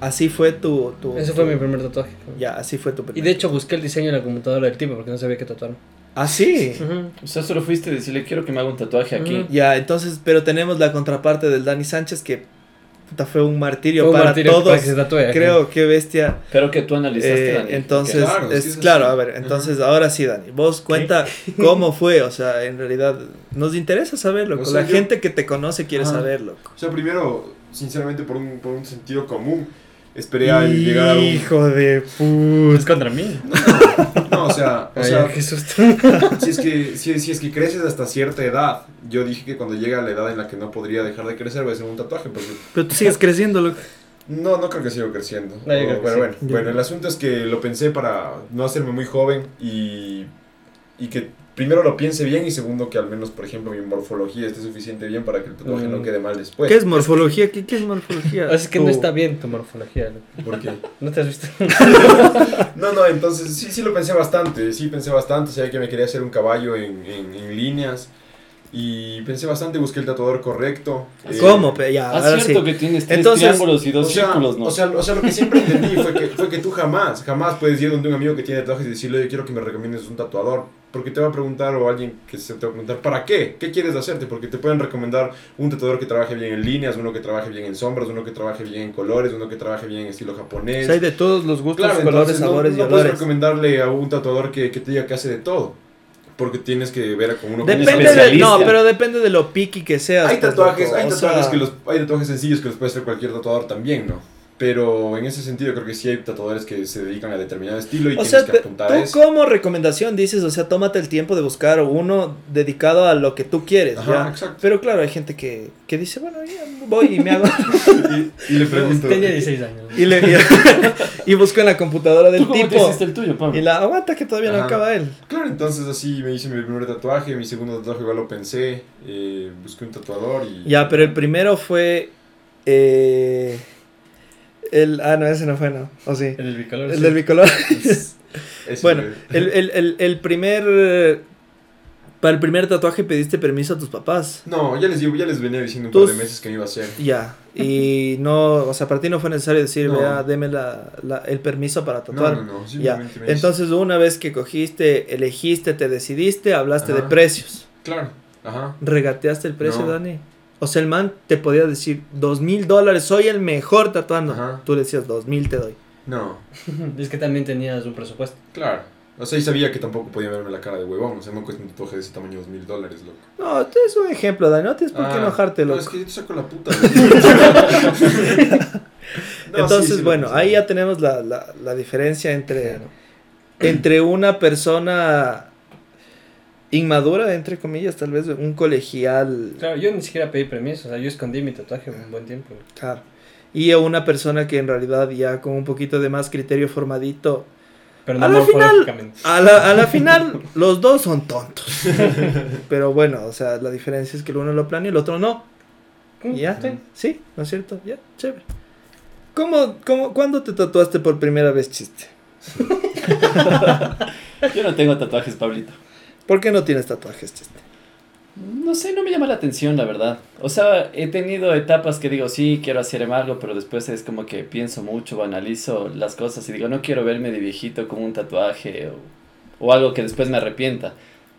Speaker 1: Así fue tu. tu
Speaker 5: Ese fue
Speaker 1: tu-
Speaker 5: mi primer tatuaje. ¿no?
Speaker 1: Ya, así fue tu primer.
Speaker 5: Y de hecho busqué el diseño en la computadora del tipo porque no sabía qué tatuarme.
Speaker 1: Ah, sí.
Speaker 5: Ujú.
Speaker 3: O sea, solo fuiste a decirle, quiero que me haga un tatuaje aquí.
Speaker 5: Ujú.
Speaker 1: Ya, entonces, pero tenemos la contraparte del Dani Sánchez que puta, fue un martirio
Speaker 5: Fue un
Speaker 1: para
Speaker 5: martirio
Speaker 1: todos.
Speaker 5: para que se tatúe, ajá.
Speaker 1: Creo, qué bestia.
Speaker 3: Pero que tú analizaste, Ah,
Speaker 1: Eh,
Speaker 3: Dani.
Speaker 1: entonces,
Speaker 2: Claro, sí,
Speaker 1: es,
Speaker 2: es así.
Speaker 1: claro, a ver, entonces ahora sí, Dani, vos cuenta cómo fue, o sea, en realidad nos interesa saberlo,
Speaker 2: O
Speaker 1: loco,
Speaker 2: sea,
Speaker 1: la
Speaker 2: yo-
Speaker 1: gente que te conoce quiere
Speaker 5: Ah.
Speaker 2: Ajá.
Speaker 1: saberlo.
Speaker 2: O sea, primero, sinceramente, por un, por un sentido común, esperé a llegar a un...
Speaker 1: Hijo de puta.
Speaker 5: Es Pues contra mí.
Speaker 2: No, o sea, o
Speaker 5: Ay, *laughs*
Speaker 2: sea,
Speaker 5: qué susto.
Speaker 2: si es que, si, si es que creces hasta cierta edad, yo dije que cuando llega la edad en la que no podría dejar de crecer, voy a hacer un tatuaje, porque
Speaker 1: Pero tú sigues creciendo, loco.
Speaker 2: No, no creo que siga creciendo.
Speaker 5: No, yo
Speaker 2: O-
Speaker 5: creo que
Speaker 2: pero
Speaker 5: sí.
Speaker 2: bueno, bueno, el asunto es que lo pensé para no hacerme muy joven y, y que primero lo piense bien y segundo que al menos, por ejemplo, mi morfología esté suficiente bien para que el tatuaje
Speaker 5: Mm.
Speaker 2: no quede mal después.
Speaker 1: ¿Qué es morfología? ¿Qué, qué es morfología?
Speaker 5: Así que
Speaker 1: Tú.
Speaker 5: no está bien tu morfología. loco.
Speaker 2: Porque,
Speaker 5: No te has visto.
Speaker 2: no, no, entonces sí, sí lo pensé bastante, sí pensé bastante, sabía que me quería hacer un caballo en, en- en líneas y pensé bastante, busqué el tatuador correcto. eh,
Speaker 1: ¿Cómo? Pe- Ya,
Speaker 3: Ah,
Speaker 1: ahora sí.
Speaker 3: cierto que tienes tres
Speaker 1: Entonces,
Speaker 3: triángulos y dos
Speaker 2: o sea,
Speaker 3: círculos, ¿no?
Speaker 2: O sea, o sea, lo que siempre entendí fue que, fue que tú jamás, jamás puedes ir donde un amigo que tiene tatuajes y decirle, yo quiero que me recomiendes un tatuador. Porque te va a preguntar o alguien que se te va a preguntar, ¿para qué? ¿Qué quieres hacerte? Porque te pueden recomendar un tatuador que trabaje bien en líneas, uno que trabaje bien en sombras, uno que trabaje bien en colores, uno que trabaje bien en estilo
Speaker 1: O
Speaker 2: japonés.
Speaker 1: sea, hay de todos los gustos,
Speaker 2: Claro,
Speaker 1: colores,
Speaker 2: entonces no-
Speaker 1: sabores
Speaker 2: no, pues,
Speaker 1: y
Speaker 2: puedes
Speaker 1: olores.
Speaker 2: recomendarle a un tatuador que, que te diga que hace de todo. Porque tienes que ver con uno que es
Speaker 1: Depende de,
Speaker 3: especialista.
Speaker 1: no, pero depende de lo piqui que seas.
Speaker 2: hay
Speaker 1: pues,
Speaker 2: tatuajes,
Speaker 1: loco,
Speaker 2: hay
Speaker 1: o
Speaker 2: tatuajes
Speaker 1: sea,
Speaker 2: que los, hay tatuajes sencillos que los puede hacer cualquier tatuador también, ¿no? Pero en ese sentido creo que sí hay tatuadores que se dedican a determinado estilo y
Speaker 1: O
Speaker 2: tienes
Speaker 1: sea,
Speaker 2: que
Speaker 1: te-
Speaker 2: apuntar a
Speaker 1: tú
Speaker 2: eso.
Speaker 1: como recomendación dices, o sea, tómate el tiempo de buscar uno dedicado a lo que tú quieres,
Speaker 2: Ajá,
Speaker 1: ¿ya?
Speaker 2: exacto.
Speaker 1: Pero claro, hay gente que, que dice, bueno, ya voy y me hago... *laughs*
Speaker 2: Y,
Speaker 4: *laughs*
Speaker 2: y le pregunto,
Speaker 4: Tenía 16 años.
Speaker 1: y, le, y, *laughs* y busco en la computadora
Speaker 3: ¿Tú
Speaker 1: del
Speaker 3: cómo te
Speaker 1: tipo.
Speaker 3: hiciste el tuyo, Pablo?
Speaker 1: Y la aguanta que todavía no
Speaker 2: Ajá.
Speaker 1: acaba él.
Speaker 2: Claro, entonces así me hice mi primer tatuaje, mi segundo tatuaje igual lo pensé, eh, busqué un tatuador y...
Speaker 1: Ya, pero el primero fue... eh, el, ah, no, ese no fue, no. ¿O sí?
Speaker 5: El del bicolor.
Speaker 1: El
Speaker 5: sí.
Speaker 1: del bicolor.
Speaker 2: Ese
Speaker 1: Bueno,
Speaker 2: fue.
Speaker 1: el, el, el, el primer... eh, Para el primer tatuaje pediste permiso a tus papás.
Speaker 2: No, ya les digo, ya les venía diciendo un
Speaker 1: Tus-
Speaker 2: par de meses que me iba a hacer.
Speaker 1: Ya, y no, o sea, para ti no fue necesario decir,
Speaker 2: No.
Speaker 1: vea, deme la, la- el permiso para
Speaker 2: No,
Speaker 1: tatuar.
Speaker 2: no, no,
Speaker 1: ya,
Speaker 2: simplemente me hice.
Speaker 1: entonces una vez que cogiste, elegiste, te decidiste, hablaste de
Speaker 2: Ajá.
Speaker 1: precios.
Speaker 2: Claro, ajá.
Speaker 1: ¿Regateaste el precio,
Speaker 2: No.
Speaker 1: Dani? O sea, el man te podía decir, dos mil dólares, soy el mejor tatuando.
Speaker 2: Ajá.
Speaker 1: Tú le decías, dos mil te doy.
Speaker 2: No,
Speaker 4: Es que también tenías un presupuesto.
Speaker 2: claro. O sea, y sabía que tampoco podía verme la cara de huevón. O sea, me cuesta un tatuaje de ese tamaño dos mil dólares, loco.
Speaker 1: No, este es un ejemplo, Dani, no tienes por qué
Speaker 2: Ah,
Speaker 1: enojarte,
Speaker 2: No,
Speaker 1: loco.
Speaker 2: es que yo te saco la
Speaker 1: *laughs*
Speaker 2: puta. güey. No, sí,
Speaker 1: Entonces,
Speaker 2: sí lo
Speaker 1: bueno,
Speaker 2: pensé.
Speaker 1: ahí ya tenemos la, la, la diferencia entre...
Speaker 4: Claro.
Speaker 1: entre una persona inmadura, entre comillas, tal vez un colegial,
Speaker 4: Claro, yo ni siquiera pedí permiso, o sea, yo escondí mi tatuaje un buen tiempo.
Speaker 1: claro, y a una persona que en realidad ya con un poquito de más criterio formadito,
Speaker 4: Pero
Speaker 1: A
Speaker 4: no
Speaker 1: la final-
Speaker 4: morfológicamente.
Speaker 1: a la, a la final los dos son tontos. Pero bueno, o sea, la diferencia es que el uno lo planea y el otro no.
Speaker 4: Mm,
Speaker 1: Y ya,
Speaker 4: sí.
Speaker 1: sí, ¿no es cierto? Ya, chévere. ¿Cómo, cómo, ¿Cuándo te tatuaste por primera vez chiste?
Speaker 3: *laughs* Yo no tengo tatuajes, Pablito.
Speaker 1: ¿Por qué no tienes tatuajes chiste?
Speaker 3: No sé, no me llama la atención, la verdad. O sea, he tenido etapas que digo, sí, quiero hacer algo, pero después es como que pienso mucho, analizo las cosas y digo, no quiero verme de viejito con un tatuaje o, o algo que después me arrepienta.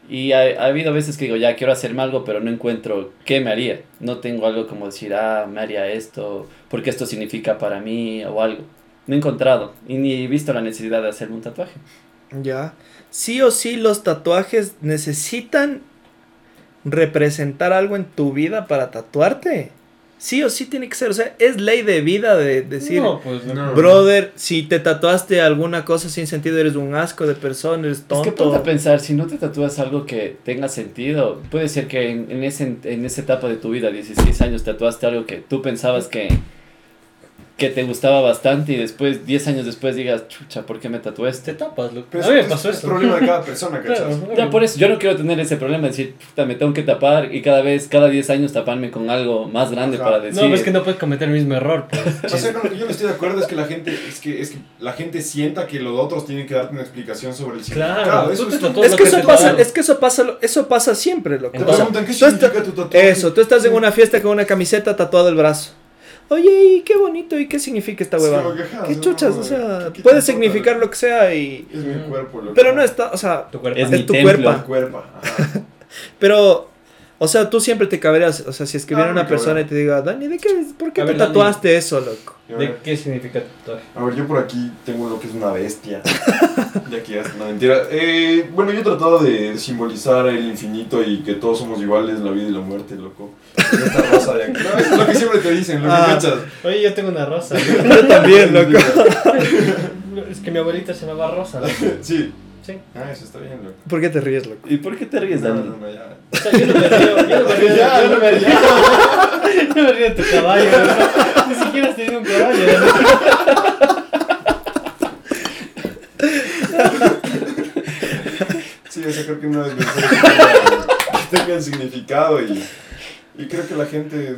Speaker 3: Y ha, ha habido veces que digo, ya quiero hacerme algo, pero no encuentro qué me haría. No tengo algo como decir, ah, me haría esto, porque esto significa para mí o algo. No he encontrado y ni he visto la necesidad de hacerme un tatuaje.
Speaker 1: Ya. Sí o sí los tatuajes necesitan representar algo en tu vida para tatuarte. Sí o sí tiene que ser, o sea, es ley de vida de decir,
Speaker 5: No, pues no.
Speaker 2: No.
Speaker 1: brother, si te tatuaste alguna cosa sin sentido eres un asco de persona, eres
Speaker 3: Es que ponte
Speaker 1: tonto.
Speaker 3: a pensar, si no te tatúas algo que tenga sentido, puede ser que en, en ese, en esa etapa de tu vida, 16 años, tatuaste algo que tú pensabas que, que te gustaba bastante y después, 10 años después, digas, chucha, ¿por qué me tatué
Speaker 5: Te
Speaker 3: este?
Speaker 5: tapas, loco.
Speaker 2: Pero
Speaker 5: a mí me
Speaker 2: es-
Speaker 5: pasó
Speaker 2: es
Speaker 5: eso.
Speaker 2: problema de cada
Speaker 5: *laughs*
Speaker 2: persona,
Speaker 5: Claro,
Speaker 2: ¿cachas?
Speaker 5: ajá.
Speaker 3: Ya por eso, yo no quiero tener ese problema, de decir, puta, me tengo que tapar y cada vez, cada 10 años taparme con algo más grande
Speaker 2: Ajá.
Speaker 3: para
Speaker 2: No,
Speaker 3: decir.
Speaker 4: No, es que no puedes cometer el mismo error.
Speaker 5: *laughs*
Speaker 4: pues.
Speaker 2: O sea, no, yo no estoy de acuerdo, es que la gente, es que, es que la gente sienta que los otros tienen que darte una explicación sobre el significado.
Speaker 5: Claro,
Speaker 2: eso
Speaker 5: tú te
Speaker 2: es
Speaker 5: tatúas
Speaker 1: Es
Speaker 5: lo
Speaker 1: que
Speaker 5: que
Speaker 1: eso
Speaker 5: te
Speaker 1: pasa,
Speaker 5: tatuaron.
Speaker 1: es que eso pasa, lo- eso pasa siempre, loco.
Speaker 2: Te
Speaker 1: O sea,
Speaker 2: preguntan qué
Speaker 1: tú estás-
Speaker 2: significa tu tatuaje.
Speaker 1: Eso, tú estás en una fiesta con una camiseta tatuado el brazo. Oye, ¿y qué bonito? ¿Y qué significa esta
Speaker 2: Sí,
Speaker 1: huevada?
Speaker 2: como que, ajá,
Speaker 1: ¿Qué
Speaker 2: no,
Speaker 1: chuchas? O
Speaker 2: güey,
Speaker 1: sea,
Speaker 2: ¿qué- qué
Speaker 1: puede
Speaker 2: te importa?
Speaker 1: significar lo que sea y...
Speaker 2: Es mi cuerpo, loco.
Speaker 1: Pero no está, o sea,
Speaker 4: Tu cuerpo.
Speaker 3: Es
Speaker 1: es,
Speaker 3: mi
Speaker 1: tu
Speaker 3: templo.
Speaker 2: Mi
Speaker 1: cuerpo.
Speaker 2: cuerpo,
Speaker 1: *laughs*
Speaker 2: ajá.
Speaker 1: Pero, o sea, tú siempre te cabreas. O sea, si escribiera
Speaker 2: No, Ah, no
Speaker 1: una
Speaker 2: me
Speaker 1: persona y te diga, Dani, ¿de qué, ¿por qué
Speaker 4: A
Speaker 1: te
Speaker 4: ver, Dani.
Speaker 1: tatuaste eso, loco?
Speaker 2: Y a
Speaker 4: ¿De
Speaker 2: ver,
Speaker 4: qué significa tu tatuaje?
Speaker 2: A ver, yo por aquí tengo lo que es una bestia. *laughs* De aquí es una mentira. Eh, bueno, yo he tratado de simbolizar el infinito y que todos somos iguales, la vida y la muerte, loco. Con Esta rosa de aquí. No, es lo que siempre te dicen, lo que
Speaker 1: Ah.
Speaker 2: cachas.
Speaker 5: Oye, yo tengo una rosa. *laughs*
Speaker 1: Yo también, loco.
Speaker 5: es que mi abuelita se llamaba Rosa. ¿no?
Speaker 2: *laughs* Sí.
Speaker 5: Sí.
Speaker 2: Ah, eso está bien, loco.
Speaker 1: ¿Por qué te ríes, loco?
Speaker 3: ¿Y por qué te ríes,
Speaker 2: No,
Speaker 3: Dani?
Speaker 2: no, no, ya.
Speaker 5: O sea, yo no me río, yo no me río,
Speaker 2: Ya,
Speaker 5: yo no me
Speaker 2: loco,
Speaker 5: río, yo me río de tu caballo. ¿no? Ni siquiera has tenido un caballo. ¿no?
Speaker 2: Sí, o sea, creo que una vez pensé que tengan significado y, y creo que la gente... o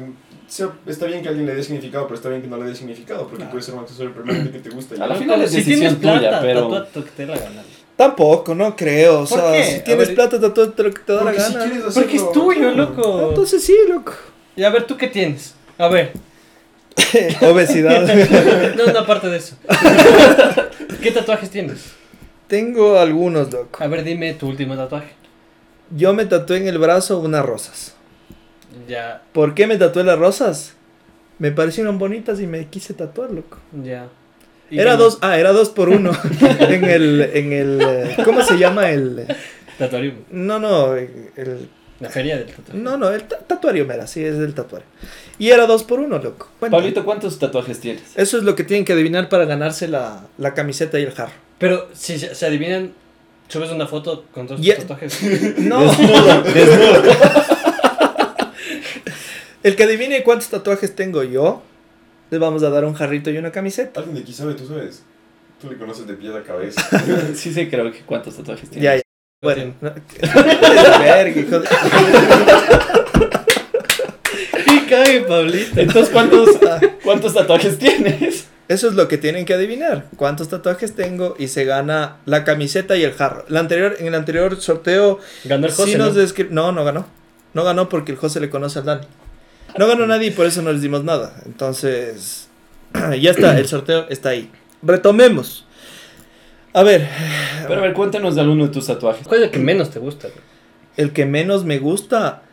Speaker 2: sea, está bien que alguien le dé significado, pero está bien que no le dé significado, porque puede ser un accesorio permanente que te gusta. y
Speaker 3: A la
Speaker 2: ya.
Speaker 3: final es
Speaker 5: si
Speaker 3: decisión
Speaker 5: tienes
Speaker 3: tuya,
Speaker 5: plata,
Speaker 3: pero-
Speaker 5: tatúate lo que te dé la gana.
Speaker 1: Tampoco, no creo. O
Speaker 5: ¿Por
Speaker 1: sea,
Speaker 5: qué?
Speaker 1: si
Speaker 5: A
Speaker 1: tienes
Speaker 5: ver,
Speaker 1: plata, tatúate lo que te da la
Speaker 2: Porque si
Speaker 1: gana.
Speaker 2: quieres hacerlo...
Speaker 5: Porque es tuyo, loco.
Speaker 1: Entonces sí, loco.
Speaker 5: Y a ver, ¿tú qué tienes? A ver,
Speaker 1: *laughs* Obesidad. *laughs*
Speaker 5: no es una parte de eso. ¿Qué tatuajes tienes?
Speaker 1: Tengo algunos, loco.
Speaker 5: A ver, dime tu último tatuaje.
Speaker 1: Yo me tatué en el brazo unas rosas.
Speaker 5: Ya,
Speaker 1: ¿Por qué me tatué las rosas? Me parecieron bonitas y me quise tatuar, loco.
Speaker 5: ya. ¿Y
Speaker 1: Era
Speaker 5: qué
Speaker 1: dos, ah, era dos por uno. *laughs* en el, en el, eh, ¿cómo se llama el?
Speaker 5: más? Tatuarismo.
Speaker 1: No, no, el
Speaker 5: La feria del tatuaje.
Speaker 1: No, no, el ta- tatuario me era, sí, es del tatuario. Y era dos por uno, loco. Bueno,
Speaker 3: Pablito, ¿cuántos tatuajes tienes?
Speaker 1: Eso es lo que tienen que adivinar para ganarse la, la camiseta y el jarro.
Speaker 5: Pero si se se adivinan, subes una foto con todos
Speaker 1: Ya-
Speaker 5: tus tatuajes.
Speaker 1: No,
Speaker 3: Desnudo, desnudo.
Speaker 1: *laughs* el que adivine cuántos tatuajes tengo yo, le vamos a dar un jarrito y una camiseta.
Speaker 2: Alguien de aquí sabe, tú sabes. Tú le conoces de pie a
Speaker 1: *laughs*
Speaker 2: la cabeza.
Speaker 3: Sí, sí, creo que cuántos tatuajes tienes.
Speaker 1: Ya, ya.
Speaker 3: *laughs*
Speaker 1: Bueno, no, *laughs* verga, hijo de-
Speaker 3: Y cae, Pablito. Entonces, ¿cuántos, ¿cuántos tatuajes tienes?
Speaker 1: Ah, Eso es lo que tienen que adivinar. ¿Cuántos tatuajes tengo? Y se gana la camiseta y el jarro. La anterior, en el anterior sorteo
Speaker 5: Ganó el José,
Speaker 1: Sí
Speaker 5: ¿no?
Speaker 1: nos descri- ¿no? no, ganó. No ganó porque el José le conoce al Dani. No ganó nadie y por eso no les dimos nada. Entonces, *clears throat* ya está, el sorteo está ahí. Retomemos. A ver,
Speaker 3: Pero a ver, cuéntanos de alguno de tus tatuajes.
Speaker 5: ¿Cuál es el que menos te gusta? güey?
Speaker 1: el que menos me gusta.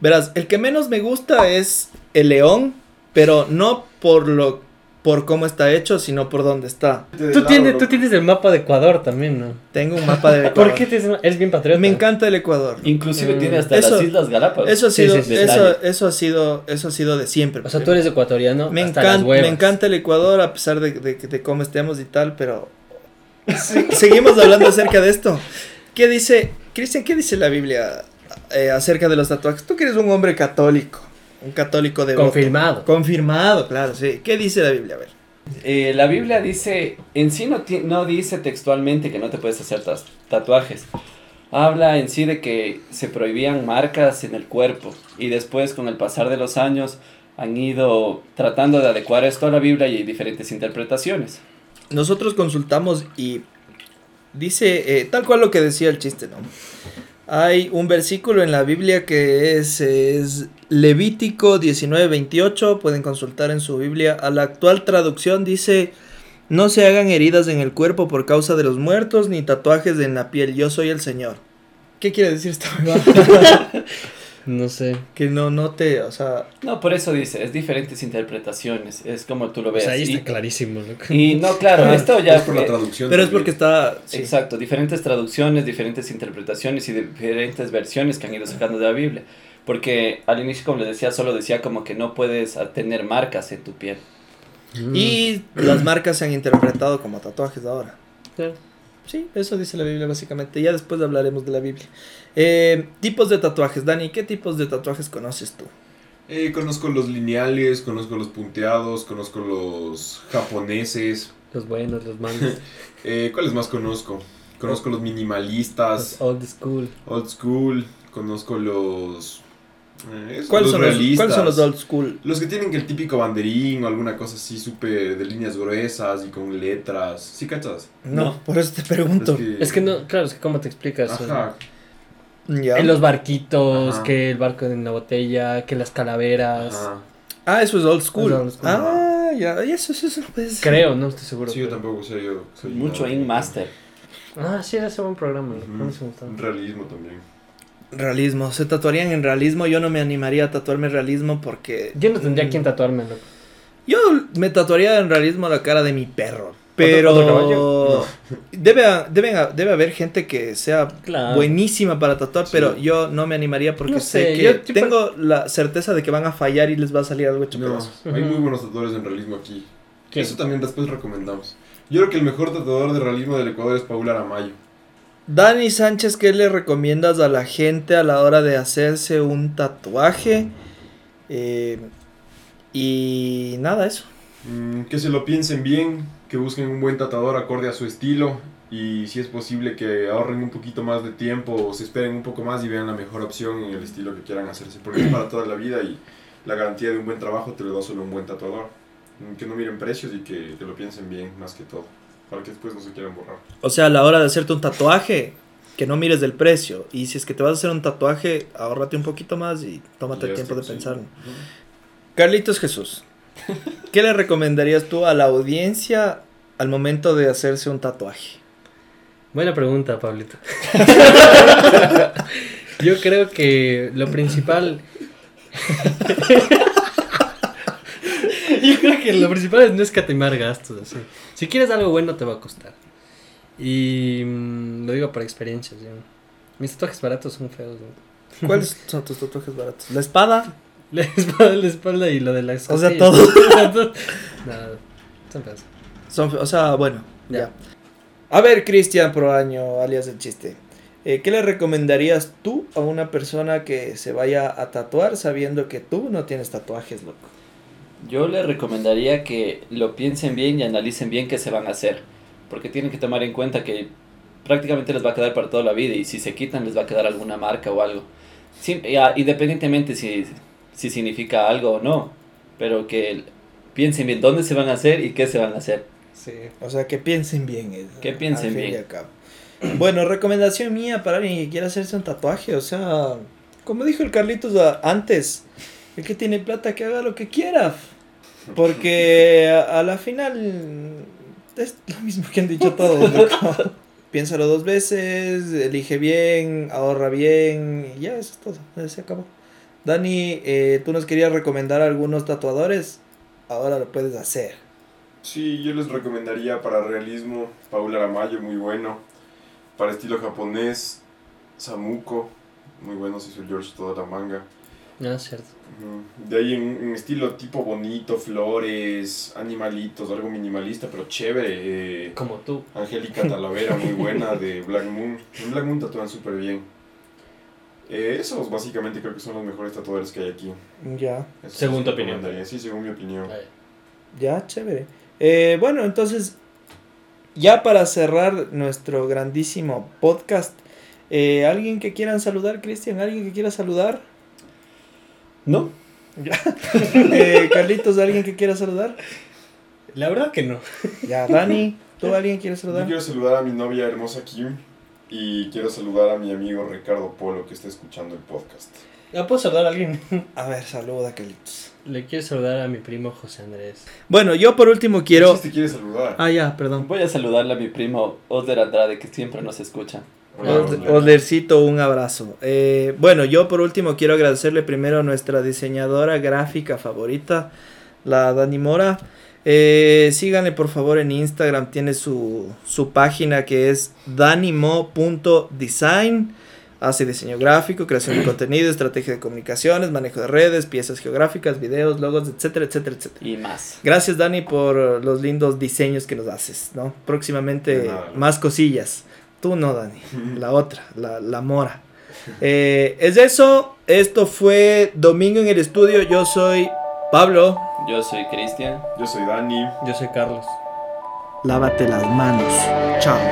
Speaker 1: Verás, el que menos me gusta es el león, pero no por lo por cómo está hecho, sino por dónde está.
Speaker 5: Tú tienes, tú tienes el mapa de Ecuador también, ¿no?
Speaker 1: Tengo un mapa de Ecuador.
Speaker 5: *laughs* ¿Por qué tienes el ma- Eres bien patriota.
Speaker 1: Me encanta el Ecuador.
Speaker 3: Inclusive
Speaker 5: Mm,
Speaker 3: tiene hasta
Speaker 1: Eh, eso-
Speaker 3: las Islas Galápagos.
Speaker 1: Eso ha
Speaker 5: Sí,
Speaker 1: sido,
Speaker 5: sí, sí.
Speaker 1: eso, eso ha sido, eso ha sido de siempre.
Speaker 4: O sea, tú eres ecuatoriano.
Speaker 1: Me,
Speaker 4: hasta
Speaker 1: encan-
Speaker 4: las huevas.
Speaker 1: me encanta el Ecuador a pesar de, de, de cómo estemos y tal, pero se- *laughs* seguimos hablando acerca de esto. ¿Qué dice, Cristian, qué dice la Biblia eh, acerca de los tatuajes? Tú que eres un hombre católico, un católico de
Speaker 4: Confirmado.
Speaker 1: Confirmado, claro, sí. ¿Qué dice la Biblia? A ver.
Speaker 3: Eh, la Biblia dice, en sí no, ti- no dice textualmente que no te puedes hacer tas- tatuajes. Habla en sí de que se prohibían marcas en el cuerpo y después con el pasar de los años han ido tratando de adecuar esto a la Biblia y hay diferentes interpretaciones.
Speaker 1: Nosotros consultamos y dice eh, tal cual lo que decía el chiste, ¿no? Hay un versículo en la Biblia que es, es Levítico 19:28, pueden consultar en su Biblia. A la actual traducción dice, no se hagan heridas en el cuerpo por causa de los muertos, ni tatuajes en la piel, yo soy el Señor. ¿Qué quiere decir esta huevada?
Speaker 4: No sé.
Speaker 1: que no, no te, o sea,
Speaker 3: No, por eso dice, es diferentes interpretaciones, es como tú lo
Speaker 4: O
Speaker 3: veas.
Speaker 2: Pues
Speaker 4: sea, Pues ahí
Speaker 3: y,
Speaker 4: está clarísimo, loco.
Speaker 3: y no, claro, esto ya...
Speaker 2: Es Pues por la
Speaker 3: eh,
Speaker 2: traducción.
Speaker 1: pero es
Speaker 2: también.
Speaker 1: porque está... sí.
Speaker 3: Exacto, diferentes traducciones, diferentes interpretaciones y diferentes versiones que han ido sacando de la Biblia. Porque al inicio, como les decía, solo decía como que no puedes ah, tener marcas en tu piel.
Speaker 4: Mm.
Speaker 1: Y las marcas se han interpretado como tatuajes ahora.
Speaker 4: Claro.
Speaker 1: Sí, eso dice la Biblia básicamente. Ya después hablaremos de la Biblia. Eh, tipos de tatuajes, Dani, ¿qué tipos de tatuajes conoces tú?
Speaker 2: Eh, conozco los lineales, conozco los punteados, conozco los japoneses.
Speaker 4: Los buenos, los malos,
Speaker 2: *laughs* Eh, ¿Cuáles más conozco? Conozco los
Speaker 4: los
Speaker 2: minimalistas,
Speaker 4: old school.
Speaker 2: old school. Conozco los. eh, esos,
Speaker 1: ¿Cuáles
Speaker 2: los
Speaker 1: son los,
Speaker 2: realistas.
Speaker 1: ¿cuáles son los old school?
Speaker 2: Los que tienen que el típico banderín o alguna cosa así súper de líneas gruesas y con letras. ¿Sí cachas?
Speaker 1: No,
Speaker 3: No.
Speaker 1: por eso te pregunto.
Speaker 4: Es que no, claro, es que cómo te explicas.
Speaker 2: Ajá.
Speaker 1: Ya.
Speaker 4: Eh, En los barquitos,
Speaker 2: Ajá.
Speaker 4: que el barco en la botella, que las calaveras.
Speaker 2: ajá.
Speaker 1: Ah, eso es old school.
Speaker 4: Es old school.
Speaker 1: Ah, ya, y eso, eso, eso, pues.
Speaker 4: Creo, no estoy seguro.
Speaker 2: Sí, yo
Speaker 4: pero-
Speaker 2: tampoco sé. Yo soy
Speaker 3: Mucho
Speaker 2: nada.
Speaker 3: in master.
Speaker 4: Ah, sí, era ese buen programa. loco, no se me gustaba.
Speaker 2: Ujú. Realismo también.
Speaker 1: Realismo, se tatuarían en realismo. Yo no me animaría a tatuarme realismo porque. Mm.
Speaker 4: Yo no tendría quien tatuarme, loco.
Speaker 1: Yo me tatuaría en realismo la cara de mi perro. Pero
Speaker 4: otro caballo?
Speaker 1: debe, ha- deben ha- debe haber gente que sea
Speaker 4: Claro.
Speaker 1: buenísima para tatuar,
Speaker 2: Sí.
Speaker 1: pero yo no me animaría porque
Speaker 4: Ah. No
Speaker 1: sé,
Speaker 4: sé,
Speaker 1: que
Speaker 4: yo tipo-
Speaker 1: tengo la certeza de que van a fallar y les va a salir algo hecho
Speaker 2: No,
Speaker 1: pedazos.
Speaker 2: hay muy
Speaker 4: Ujú.
Speaker 2: buenos tatuadores en realismo aquí.
Speaker 4: ¿Quién?
Speaker 2: Eso también después recomendamos. Yo creo que el mejor tatuador de realismo del Ecuador es Paula Aramayo.
Speaker 1: Dani Sánchez, ¿qué le recomiendas a la gente a la hora de hacerse un tatuaje? Eh, y nada, eso.
Speaker 2: Mm, que se lo piensen bien, que busquen un buen tatuador acorde a su estilo y si es posible que ahorren un poquito más de tiempo o se esperen un poco más y vean la mejor opción en el estilo que quieran hacerse. Porque es para toda la vida y la garantía de un buen trabajo te lo da solo un buen tatuador. Mm, Que no miren precios y que, que lo piensen bien más que todo. Para que después no se quieran borrar.
Speaker 1: O sea, a la hora de hacerte un tatuaje, que no mires del precio. Y si es que te vas a hacer un tatuaje, ahórrate un poquito más y tómate el
Speaker 2: Y ya
Speaker 1: tiempo de
Speaker 2: está, sí.
Speaker 1: pensarlo.
Speaker 2: Ujú.
Speaker 1: Carlitos Jesús, ¿qué le recomendarías tú a la audiencia al momento de hacerse un tatuaje?
Speaker 4: Buena pregunta, *laughs* Pablito. Yo creo que lo principal. Yo creo que lo principal es no escatimar gastos. así. Si quieres algo bueno, te va a costar. Y mm, lo digo por experiencia. ¿sí? Mis tatuajes baratos son feos.
Speaker 2: *laughs*
Speaker 4: ¿no? *laughs*
Speaker 1: ¿Cuáles son tus tatuajes baratos? La espada.
Speaker 4: La espalda, la espalda y lo de las
Speaker 1: O sea,
Speaker 4: costillas. *laughs*
Speaker 1: todo.
Speaker 4: no, son feos.
Speaker 1: Son fe- o sea, bueno, ya.
Speaker 4: Ya.
Speaker 1: A ver, Cristian Proaño, alias el chiste. eh, ¿Qué le recomendarías tú a una persona que se vaya a tatuar sabiendo que tú no tienes tatuajes, loco?
Speaker 3: Yo les recomendaría que lo piensen bien y analicen bien qué se van a hacer, porque tienen que tomar en cuenta que prácticamente les va a quedar para toda la vida y si se quitan les va a quedar alguna marca o algo. Sim- y a- independientemente si, si significa algo o no, pero que el- piensen bien dónde se van a hacer y qué se van a hacer.
Speaker 5: Sí.
Speaker 1: O sea, que piensen bien. eh,
Speaker 3: Que piensen
Speaker 1: al fin
Speaker 3: bien.
Speaker 1: y al cabo. *clears throat* Bueno, recomendación mía para alguien que quiera hacerse un tatuaje. O sea, como dijo el Carlitos a- antes, el que tiene plata que haga lo que quiera. Porque a, a la final es lo mismo que han dicho todos.
Speaker 3: *laughs*
Speaker 1: loco. *laughs* Piénsalo dos veces, elige bien, ahorra bien. Y ya, eso es todo. eh, Se acabó. Dani, eh, tú nos querías recomendar algunos tatuadores. Ahora lo puedes hacer.
Speaker 2: Sí, yo les recomendaría para realismo Paula Aramayo, muy bueno. Para estilo japonés, Samuko, muy bueno, se hizo George toda la manga.
Speaker 4: No, es cierto.
Speaker 2: Ujú. De ahí un, un estilo tipo bonito, flores, animalitos, algo minimalista, pero chévere. eh,
Speaker 4: Como tú.
Speaker 2: Angélica Talavera, muy buena, de Black Moon. En Black Moon tatúan súper bien. Eh, esos básicamente creo que son los mejores tatuadores que hay aquí.
Speaker 1: Ya.
Speaker 2: Esos
Speaker 5: Según tu
Speaker 2: los
Speaker 5: opinión.
Speaker 2: recomendaría. Sí, según mi opinión.
Speaker 4: Ay,
Speaker 1: Ya, chévere. Eh, bueno, entonces, ya para cerrar nuestro grandísimo podcast, eh, ¿alguien que quieran saludar, Cristian? ¿Alguien que quiera saludar?
Speaker 3: No,
Speaker 1: Eh, Carlitos, ¿alguien que quiera saludar?
Speaker 5: La verdad que no.
Speaker 1: Ya, Dani, ¿tú alguien quiere
Speaker 2: Yo
Speaker 1: saludar?
Speaker 2: quiero saludar a mi novia hermosa Kim y quiero saludar a mi amigo Ricardo Polo que está escuchando el podcast.
Speaker 5: ¿Ya puedo saludar a alguien?
Speaker 1: A ver, saluda, Carlitos.
Speaker 4: Le quiero saludar a mi primo José Andrés.
Speaker 1: Bueno, yo por último quiero...
Speaker 2: Si te quieres saludar.
Speaker 1: Ah, ya, perdón.
Speaker 3: voy a saludarle a mi primo Osder Andrade que siempre nos escucha.
Speaker 2: Hola,
Speaker 1: Os-
Speaker 2: hola.
Speaker 1: Oslercito, un abrazo. Eh, bueno, yo por último quiero agradecerle primero a nuestra diseñadora gráfica favorita, la Dani Mora. Eh, síganle por favor en Instagram, tiene su, su página que es danimo.design. Hace diseño gráfico, creación de contenido, estrategia de comunicaciones, manejo de redes, piezas geográficas, videos, logos, etcétera, etcétera, etcétera.
Speaker 3: Y más.
Speaker 1: Gracias Dani por eh, los lindos diseños que nos haces, ¿no? Próximamente
Speaker 2: De nada.
Speaker 1: más cosillas. Tú no, Dani. La otra, la, la mora. Eh, es eso. Esto fue Domingo en el Estudio. Yo soy Pablo.
Speaker 3: Yo soy Cristian.
Speaker 2: Yo soy Dani.
Speaker 4: Yo soy Carlos.
Speaker 1: Lávate las manos. Chao.